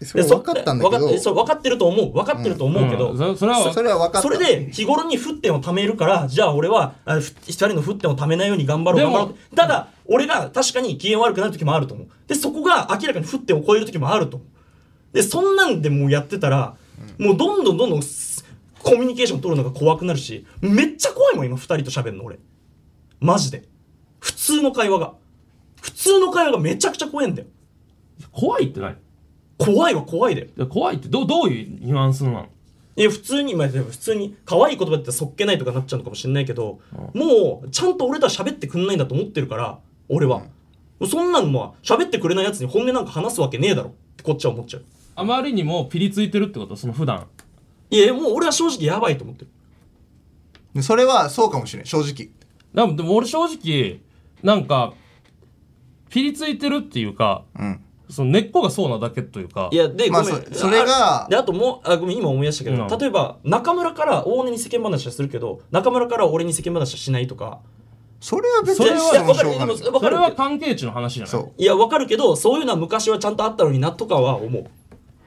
それ分かったんだけ
わか
ど
そう分かってると思う分かってると思うけど、
うんそそれは
それは分かった
それで日頃に沸点を貯めるからじゃあ俺はあふ二人の沸点を貯めないように頑張ろう
で
頑
も
張ろうってただ俺が確かに機嫌悪くなる時もあると思うでそこが明らかに沸点を超える時もあると思うでそんなんでもうやってたら、もうどんどんどんどんすコミュニケーション取るのが怖くなるしめっちゃ怖いもん今二人と喋るの俺マジで普通の会話が普通の会話がめちゃくちゃ怖いんだよ
怖いって何い
怖いは怖いだよ
や怖いってどうどういうニュアンスなの
いや普通に、まあ、でも普通に可愛い言葉だって言ったらそっけないとかなっちゃうのかもしれないけど、もうちゃんと俺とは喋ってくんないんだと思ってるから俺は、そんなのも喋ってくれないやつに本音なんか話すわけねえだろってこっちは思っちゃう
あまりにもピリついてるってことその普段
いやもう俺は正直やばいと思ってる
それはそうかもしれん正直
でもでも俺正直なんかピリついてるっていうか、
ん
その根っこがそうなだけというか
いやで、
まあ
ごめん
そそれが
あであともうあごめん今思い出したけど、
うん
例えば中村から大根に世間話はするけど中村からは俺に世間話はしないとか
それは別
それ
に
は
してもしょうがない
いやわかるでも
それはパンケーキの話じゃない
そう
いや、わかるけど、そういうのは昔はちゃんとあったのになとかは思う。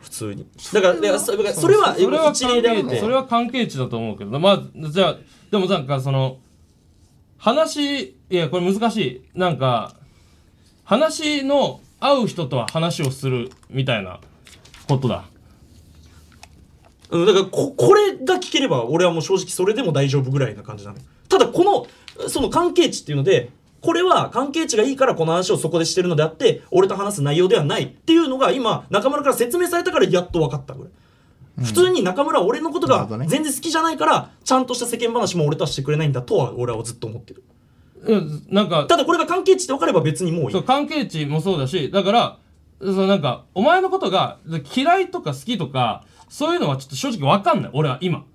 普通に。だから、だからそだからそれは
それは
一例であっ
関係
て
そ。れは関係値だと思うけどまあじゃあでもなんかその話いやこれ難しいなんか話の会う人とは話をするみたいなことだ
うん、だからこ、これが聞ければ、俺はもう正直それでも大丈夫ぐらいな感じなの。ただ、この、その関係値っていうので、これは関係値がいいからこの話をそこでしてるのであって、俺と話す内容ではないっていうのが今、中村から説明されたからやっと分かった、これ。普通に中村は俺のこと
な
が
るほどね
全然好きじゃないから、ちゃんとした世間話も俺とはしてくれないんだとは、俺はずっと思ってる。
うんなんか
ただ、これが関係値って分かれば別にもうい
そ。
いう
関係値もそうだしだからそのなんかお前のことが嫌いとか好きとかそういうのはちょっと正直わかんない俺は今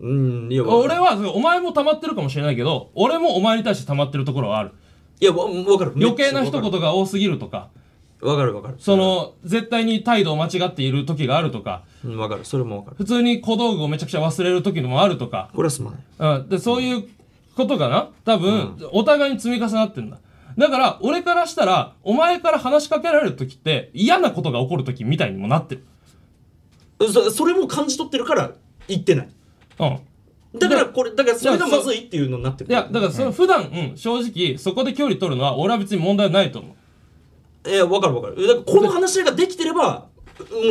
うん、いや、
俺はそうお前も溜まってるかもしれないけど俺もお前に対して溜まってるところはある
いや、わわかる。
余計な一言が多すぎるとか
わかるわかる。
その、絶対に態度を間違っている時があるとか、
うん、わかる。それもわかる。
普通に小道具をめちゃくちゃ忘れる時もあるとか、
これはすまない。
うん、で、そういうことかな多分、お互いに積み重なってるんだ。だから、俺からしたら、お前から話しかけられる時って、嫌なことが起こる時みたいにもなってる。
そそれも感じ取ってるから言ってない
うん。
だから
で
これだからそれがまずいっていうのになってる
いや、だから、その、普段、うん、正直、そこで距離取るのは、俺は別に問題ないと思う。
いやわかるわかるだからこの話し合いができてれば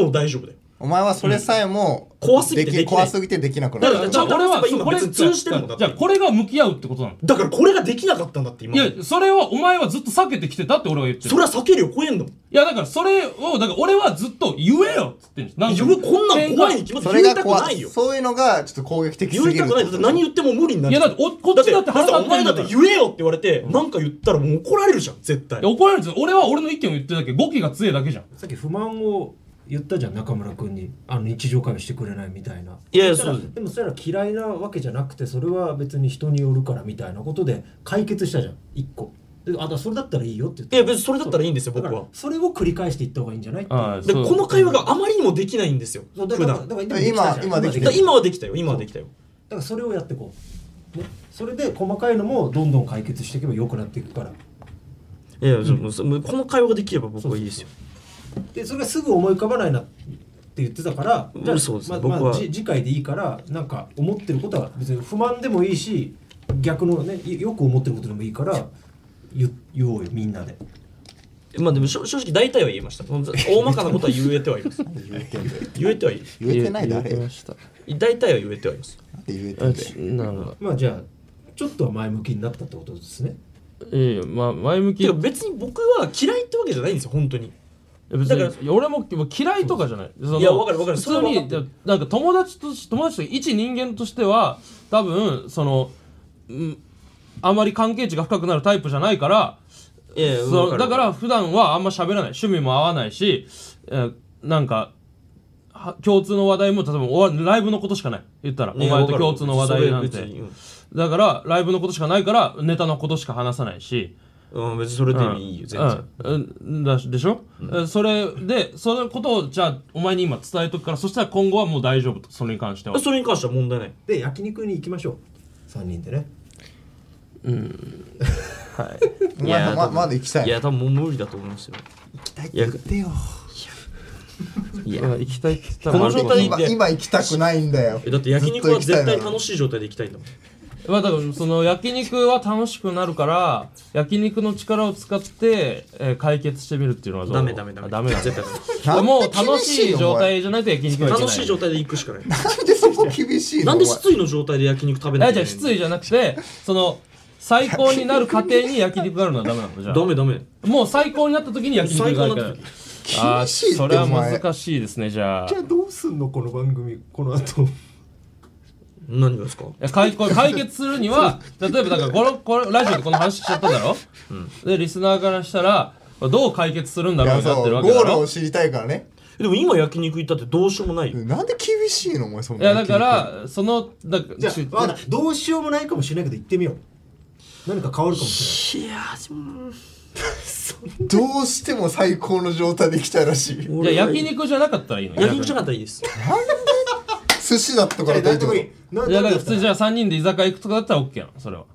もう大丈夫だよ
お前はそれさえも
うん怖すぎてできない
怖すぎてできなくなっ
だから
た
ちゃんと
俺は、
話せば今別に通じてるもんだって
じゃあ、これが向き合うってことなの。
だからこれができなかったんだって今
いや、それはお前はずっと避けてきてたって俺は言ってる
そ。れは避けるよ超えんの
いや、だからそれを、だから俺はずっと言えよっつってんです。なんか
言うこんなん怖いに決まって
そ
る
れ
言
が
いたく
怖
ないいよ
そういうのがちょっと攻撃的す
言
ぎ
い
る
たくないだって何言っても無理になる
いやだっておこっちだって腹立って
だお前
ん
だ
だ
っ
から
て言えよって言われてなんか言ったらもう怒られるじゃん絶対
いや怒られるんですよ。俺は俺の意見を言ってるだけ、語気が強いだけじゃん。
さっき不満を言ったじゃん中村君にあの日常会話してくれないみたいない
やいや
そしたら
そうです
でもそれは嫌いなわけじゃなくてそれは別に人によるからみたいなことで解決したじゃん一個であだからそれだったらいいよって言って
いや別にそれだったらいいんですよ
だから
僕は
それを繰り返していった方がいいんじゃないっていう
ああ
で
そう
この会話があまりにもできないんですよ
そうだ
普
から
段だか
だから
今今できて
ら
る
今はできたよ今はできたよ
だからそれをやってこう、ね、それで細かいのもどんどん解決していけば良くなっていくから
いや、もうそもうこの会話ができれば僕はいいですよ。
でそれがすぐ思い浮かばないなって言ってたから
うん
じゃあ
そうです
ま
僕
ま
は
あ、じ次回でいいからなんか思ってることは別に不満でもいいし逆のねいよく思ってることでもいいから言言おうよみんなで
まあでも正正直大体は言えました。もう大まかなことは言えては
(laughs)
います。言えてはいる。
言えてないだあれなんて
大体は言えてはいます。
言えてんだよ
なんか、
まあじゃあちょっとは前向きになったってことですね
いやまあ、前向
て
き
か。別に僕は嫌いってわけじゃないんですよ、本当に。
別
だから
にいや俺ももう嫌いとかじゃないその
いやわかるわかる
普
それ
通
はわかっ
に
てる
でなんか友達とし友達として一人間としては多分そのうんあまり関係値が深くなるタイプじゃないから
いやいやわ
そ
か
う
る
だから普段はあんま喋らない趣味も合わないし、えーなんかは共通の話題も例えばおわライブのことしかない言ったら、
ね
お前
わ
と
かる
共通の話題なん
それ別に
てだからライブのことしかないからネタのことしか話さないし
うん、うん別にそれでいいよ、全然。
うんうんだしでしょ、うんそれでそのことをじゃあお前に今伝えとくからそしたら今後はもう大丈夫とそれに関しては
それに関しては問題ない。
で焼肉に行きましょう3人でね
お前
いや
ままだ行きたい
い
の
や、多分もう無理だと思いますよ。
言ってよ
いや、
行きたいって言った
この状態
今今行きたくないんだよ
えだって焼肉は
ずっと行
絶
きたい
対
の
楽しい状態で行きたいんだもん。
まあだからその焼肉は楽しくなるから焼肉の力を使って、えー解決してみるっていうのはどう
ダメダメダメ
あダメだ
絶対
ダメ
もう楽しい状態じゃないと焼肉は行けない
楽しい状態で行くしかない。
なんでそこ厳しいの
なんで
お前
失意の状態で焼肉食べな
あ
い
じゃあ失意じゃなくてその最高になる過程に焼肉があるのはダメなのじゃ
ダメダメ。
あもう最高になった時に焼肉があるから
最高になっ
あ
厳
ー
しいって
それは
お前
難しいですねじゃあ
じゃあどうすんのこの番組この後
何がですか
いや解これ解決するには例えばだからこのこのラジオでこの話しちゃっただろ、でリスナーからしたらどう解決するんだ
い
ろう
や
にな
そ
って
う
る
ゴ
わけだ
ールを
ろ
知りたいからね
でも今焼肉行ったってどうしようもないよ。
なんで厳しいのお前そん
い
な
やだからそのだ
(laughs) じゃ
し
あわかったどうしようもないかもしれないけど行ってみよう何か変わるかもしれない
いやー、うん
どうしても最高の状態で来たいらしい
いや焼
焼
肉じゃなかったらいいの
肉じゃなかったらいいです。
寿司だったから
じゃあ
大丈夫
納得いい
いやだか
納
ら
得
普通じゃあ3人で居酒屋行くとかだったら OK なのそれは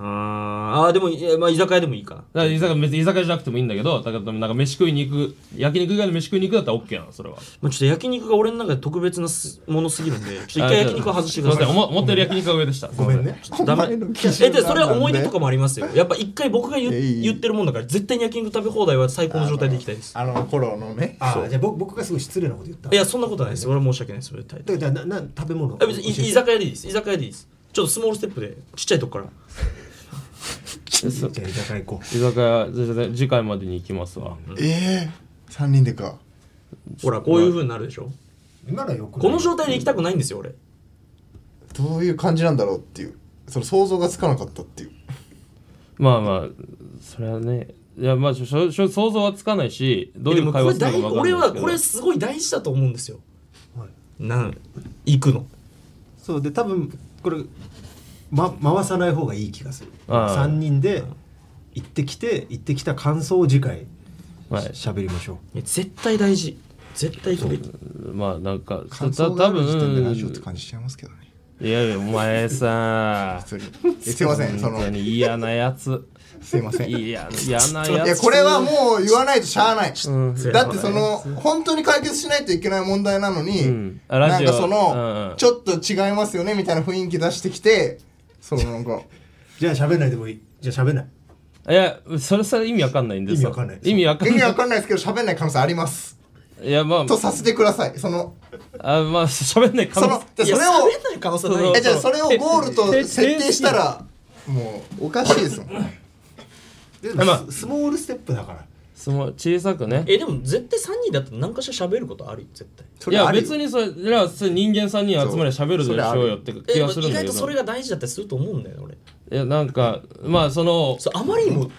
あーあーでもいや、まあ、居酒屋でもいいかな
だから居酒屋別に居酒屋じゃなくてもいいんだけどだからなんか飯食いに行く焼肉以外の飯食いに行くだったら OK なのそれは
まあ、ちょっと焼肉が俺の中で特別なすものすぎるんで、ちょっと一回焼肉は外してくださ
すい
い。
ません思思ったより焼肉が上でした
ごめんね
ちょっとダメ
お前の
え、
基準
でそれは思い出とか
も
もありますよ。やっぱ一回僕が言
いやいい
言ってるもんだから、絶対に焼肉食べ放題は最高の状態でいきたいです。
あの頃のね
ああじゃあ僕僕がすごい失礼なこと言った
いや、そんなことないです。俺は申し訳ないです。それ対
だからなな食べ物
あ別にい居酒屋でいいです。居酒屋でいいです。ちょっとスモールステップで、ちっちゃいとこから。
じゃあ居酒屋行こ
居酒屋全然次回までに行きますわ、
ええ3人でか
ほら、こういう風になるでしょ。
う今のはよく
この状態で行きたくないんですよ、俺。
どういう感じなんだろうっていうその想像がつかなかったっていう
まあまあそれはねいやまあしょしょしょ想像はつかないしどうい
で
う
も
会
こ
話
れ
する
大
のか分かん
俺
ない
はこれ
です
すごい大事だと思うんですよ。
はい
なん、行くの。
そうで多分これ、ま、回さない方がいい気がする
ああ
3人で行ってきて行ってきた感想を次回
けどはい
しゃべりましょ
いや絶対大事。絶対行くべき。
まあなんか
感
た
想が
多
ある時点で
分
ラジオって感じしちゃいますけどね
いやいやお前さ
それ
(laughs)
えすいませんその
本当に嫌なやつ
すいませんい
嫌嫌なや
や
つ
これはもう言わないとしゃあない、
ん
だってその本当に解決しないといけない問題なのに、
んあラ
なん
ジオ
かその、
うんうん
ちょっと違いますよねみたいな雰囲気出してきてそのなんか
うじゃあ喋んないでもいいじゃあ喋んない
いやそれさ意味わかんないんです
意味わかんない
意味わか
意
ん
味
ない
わかんないですけど喋んない可能性あります
いやまあ
とさせてくださいその
あまあ喋んない可
そ
能
の
性
でそれ
い
を
や喋んない可能性ない
そう
えじゃあそれをゴールと
て
設定したらもうおかしいですもん
でも、
まあ
ススモールステップだから
その小さくね
えでも絶対3人だったら何かしら喋ることあるよ絶対
そ
い
れ
や
あり
別にそれじゃあ人間3人集まりゃ喋るでしょうよって
え
気がする
意
んだけ
外とそ
ど
れ
い
が大事だったりすると思うんだよね俺
やなんかまあその
そうあまりにも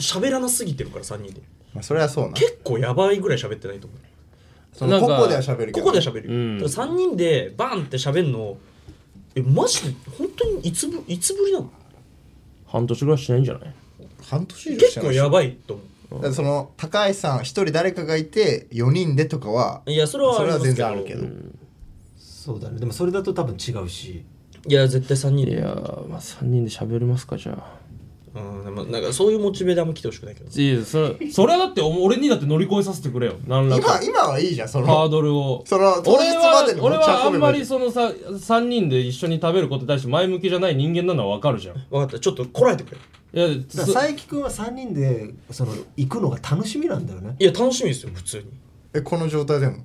喋らなすぎてるから3人で
まあそれはそうな
結構やばいぐらい喋ってないと思う
その
なん
こ
か
こでは喋るけど
ここでは喋るよ、
うん
ただ3人でバンって喋るのえマジで本当にいつぶいつぶりなの
半年ぐらいしないんじゃない
半年以上し
結
て
構
まし
やばいと思
だからその高橋さん一人誰かがいて4人でとかは
ういやそれは
それは全然
あ
ある
ります
け
けど
ど、
そうだねでもそれだと多分違うし
いや絶対3
い
人で
やーまあ3人で喋りますかじゃあ
うんでもなんかそういうモチベであんま来てほしくないけど
いやそれそれはだってお俺にだって乗り越えさせてくれよ何ら
今
か
今はいいじゃんそ
ハー
の
ドルを
その当
俺
日まで
は
に
俺
持ち
はあ
運
ん
べ
ま
ばいい
りそのさ3人で一緒に食べることに対して前向きじゃない人間なのは分かるじゃんい
分かったちょっとこらえてくれ
や
だから
そ
佐伯君は3人でその行くのが楽しみなんだよね
いや楽しみですよ普通に
えこの状態でも
い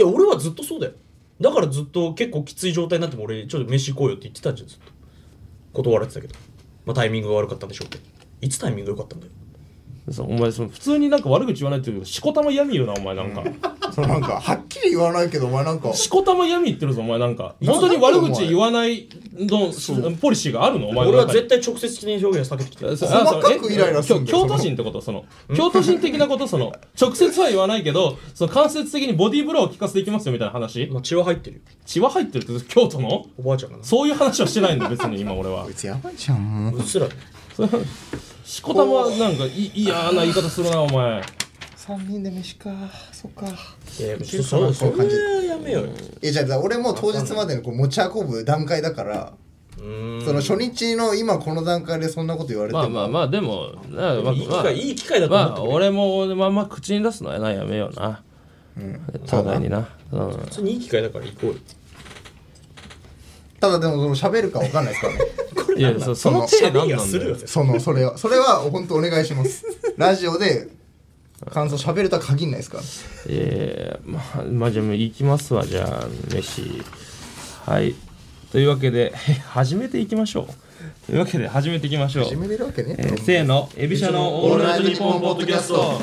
や俺はずっとそうだよだからずっと結構きつい状態になっても俺ちょっと飯行こうよって言ってたんじゃんずっと断られてたけどまあタイミングが悪かったんでしょうけどいつタイミングが良かったんだよ
そうお前その普通になんか悪口言わないって言うけどしこたま闇言うなお前なんか
そのな
(laughs)
んかはっきり言わないけどお前なんか
しこたま闇言ってるぞお前なんか
や
本当に悪口言わないのポリシーがあるのお前の
俺は
中に
絶対直接的な表現は避けてきてる
そう
細かく
あそうえ
イライラするんだよ
京京都人ってことその京都人的なことその直接は言わないけどその間接的にボディーブローを聞かせていきますよみたいな話
まあ血は入ってるよ
血は入ってるって京都の
おばあちゃんがな
そういう話はしてないんだ別に今俺は
こいつやばいじゃんもう
うっすら
しこたまなんかい嫌な言い方するなお前
3人で飯かそっか
いやいやそそうそ
こういう感じ
れはやめようよ
えじゃあじゃあ俺もう当日までにこう持ち運ぶ段階だからその初日の今この段階でそんなこと言われても
まあまあまあでもなまあ
いい機
まあ
会いい機会だと思っ
ま
て
あ
くれ
俺も俺もあんま口に出すのはなやめような互いになうん
普通にいい機会だから行こうよ
ただでもその喋るかわかんないですからね (laughs)
いやそその手なん
いや
なん
す
だ
る
よ
よ絶
そのそれはそれは本当お願い
(laughs)
しますラジオで感想喋るとは限んないですから
えー、まあ、まあ、じゃあ、行きますわ、じゃあ、飯。はい。というわけで、 (laughs) 始めていきましょう。というわけで、始めていきましょう。
始めれるわけね、
えー、せーの、エビシャのオールナイトニッポンポッドキャスト。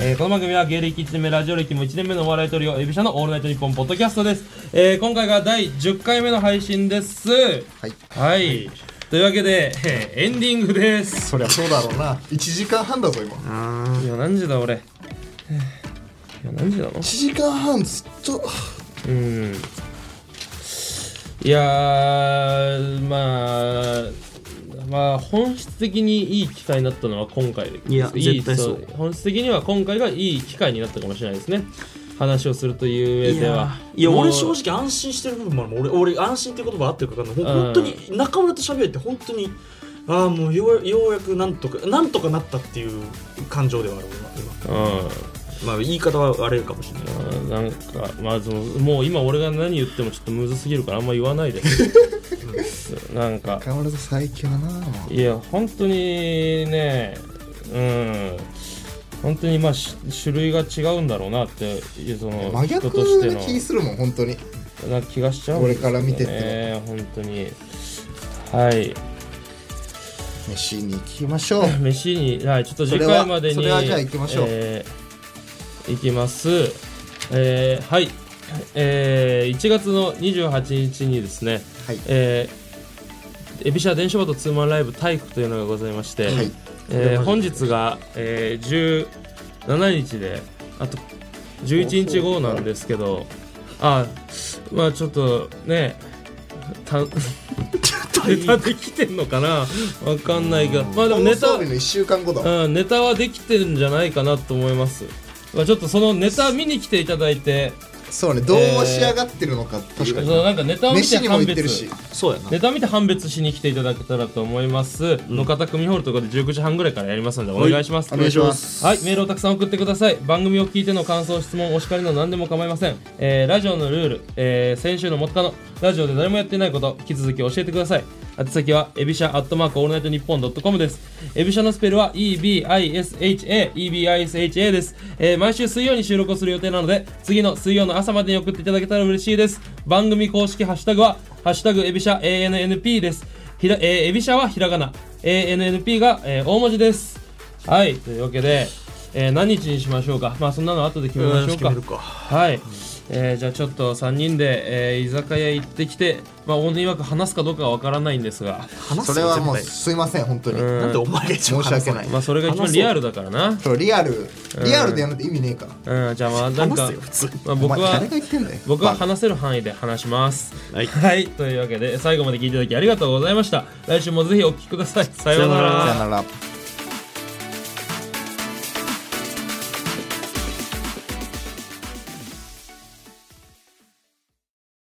えーこの番組は芸歴1年目ラジオ歴も1年目のお笑いトリオエビシャのオールナイトニッポンポッドキャストです、えー今回が第10回目の配信です
はい
はい、というわけ (laughs) で、えーエンディングです
そりゃそうだろうな1時間半だぞ今1
いや何時だ俺いや何時なの
時間半ずっと
うんいやーまあまあ本質的にいい機会になったのは今回で
いや
い
絶対そう
本質的には今回がいい機会になったかもしれないですね話をするという上
い
で
や
はい
や
もう
俺正直安心してる部分もあるもん俺俺安心っていう言葉合ってるか分かんないほ
うん
ん本当に中村と喋れて本当にああもうようようやくなんとかなんとかなったっていう感情ではある俺は今まあ言い方は悪いかもしれない
うんまあなんかまあそのもう今俺が何言ってもちょっとむずすぎるからあんま言わない
(laughs)
でうんなんか
変わらず最強なもう
いや本当にねうん本当にまあし種類が違うんだろうなっていうその
真
人
逆
として
な
の
気するもん本当に
な気がしちゃうんですけど
俺から見てって
ね本当にはい
飯に行きましょう
飯にはいちょっと次
それは
回までに
それはじゃあ行きましょう
えー行きますえーはいえー1月の28日にですね、
はい
えーエビシャ電車バトツーマンライブ体育というのがございまして、
はい
えー本日が、えー17日であと11日後なんですけどあまあちょっとねた (laughs) ネタできてんのかなわかんないがまあでもネタ
放送日の1週間後だ
うん、ネタはできてるんじゃないかなと思います、まあ、ちょっとそのネタ見に来ていただいて
そうねどう仕上がってるのかっていう
そのなんかネタを見て
飯にも
判
行ってる
別
し
そうやな
ネタ見て判別しに来ていただけたらと思います、の方組ホールとかで19時半ぐらいからやりますのでお願いします、
お願いします
はい、メールをたくさん送ってください。番組を聞いての感想、質問、お叱りの何でも構いません。えーラジオのルール、えー先週の元カノ、ラジオで誰もやっていないこと、引き続き教えてください。宛先は、エビシャアットマークオールナイトニッポンドットコムです。エビシャのスペルは EBISHA、EBISHA です、えー毎週水曜に収録をする予定なので、次の水曜の朝までに送っていただけたら嬉しいです。番組公式ハッシュタグは、ハッシュタグエビシャ ANNP です。ひら、えーエビシャはひらがな、ANNP が、えー大文字です。はい、というわけで、えー何日にしましょうか。まあそんなの後で決めましょうか。はい。えーじゃあちょっと3人で、えー居酒屋行ってきて、まあ大根曰く話すかどうかはわからないんですが、
話
そ
す
れ
よ
は
絶
もう
対
すいません本当に
ん
なんでお前が一番
申し
話
訳
せ
ない
まあそれが一番リアルだからな。
そうリアルリアルでやるのって意味ねえから
うん、じゃあまあなん
話
か
すよ、普通
まあ
お
僕
前
は
誰が、言ってんだよ
僕は
バカ
話せる範囲で話します。
はい
はい、というわけで最後まで聞いていただきありがとうございました。来週もぜひお聞きください。さような
さような
ら
ら
さよ。なら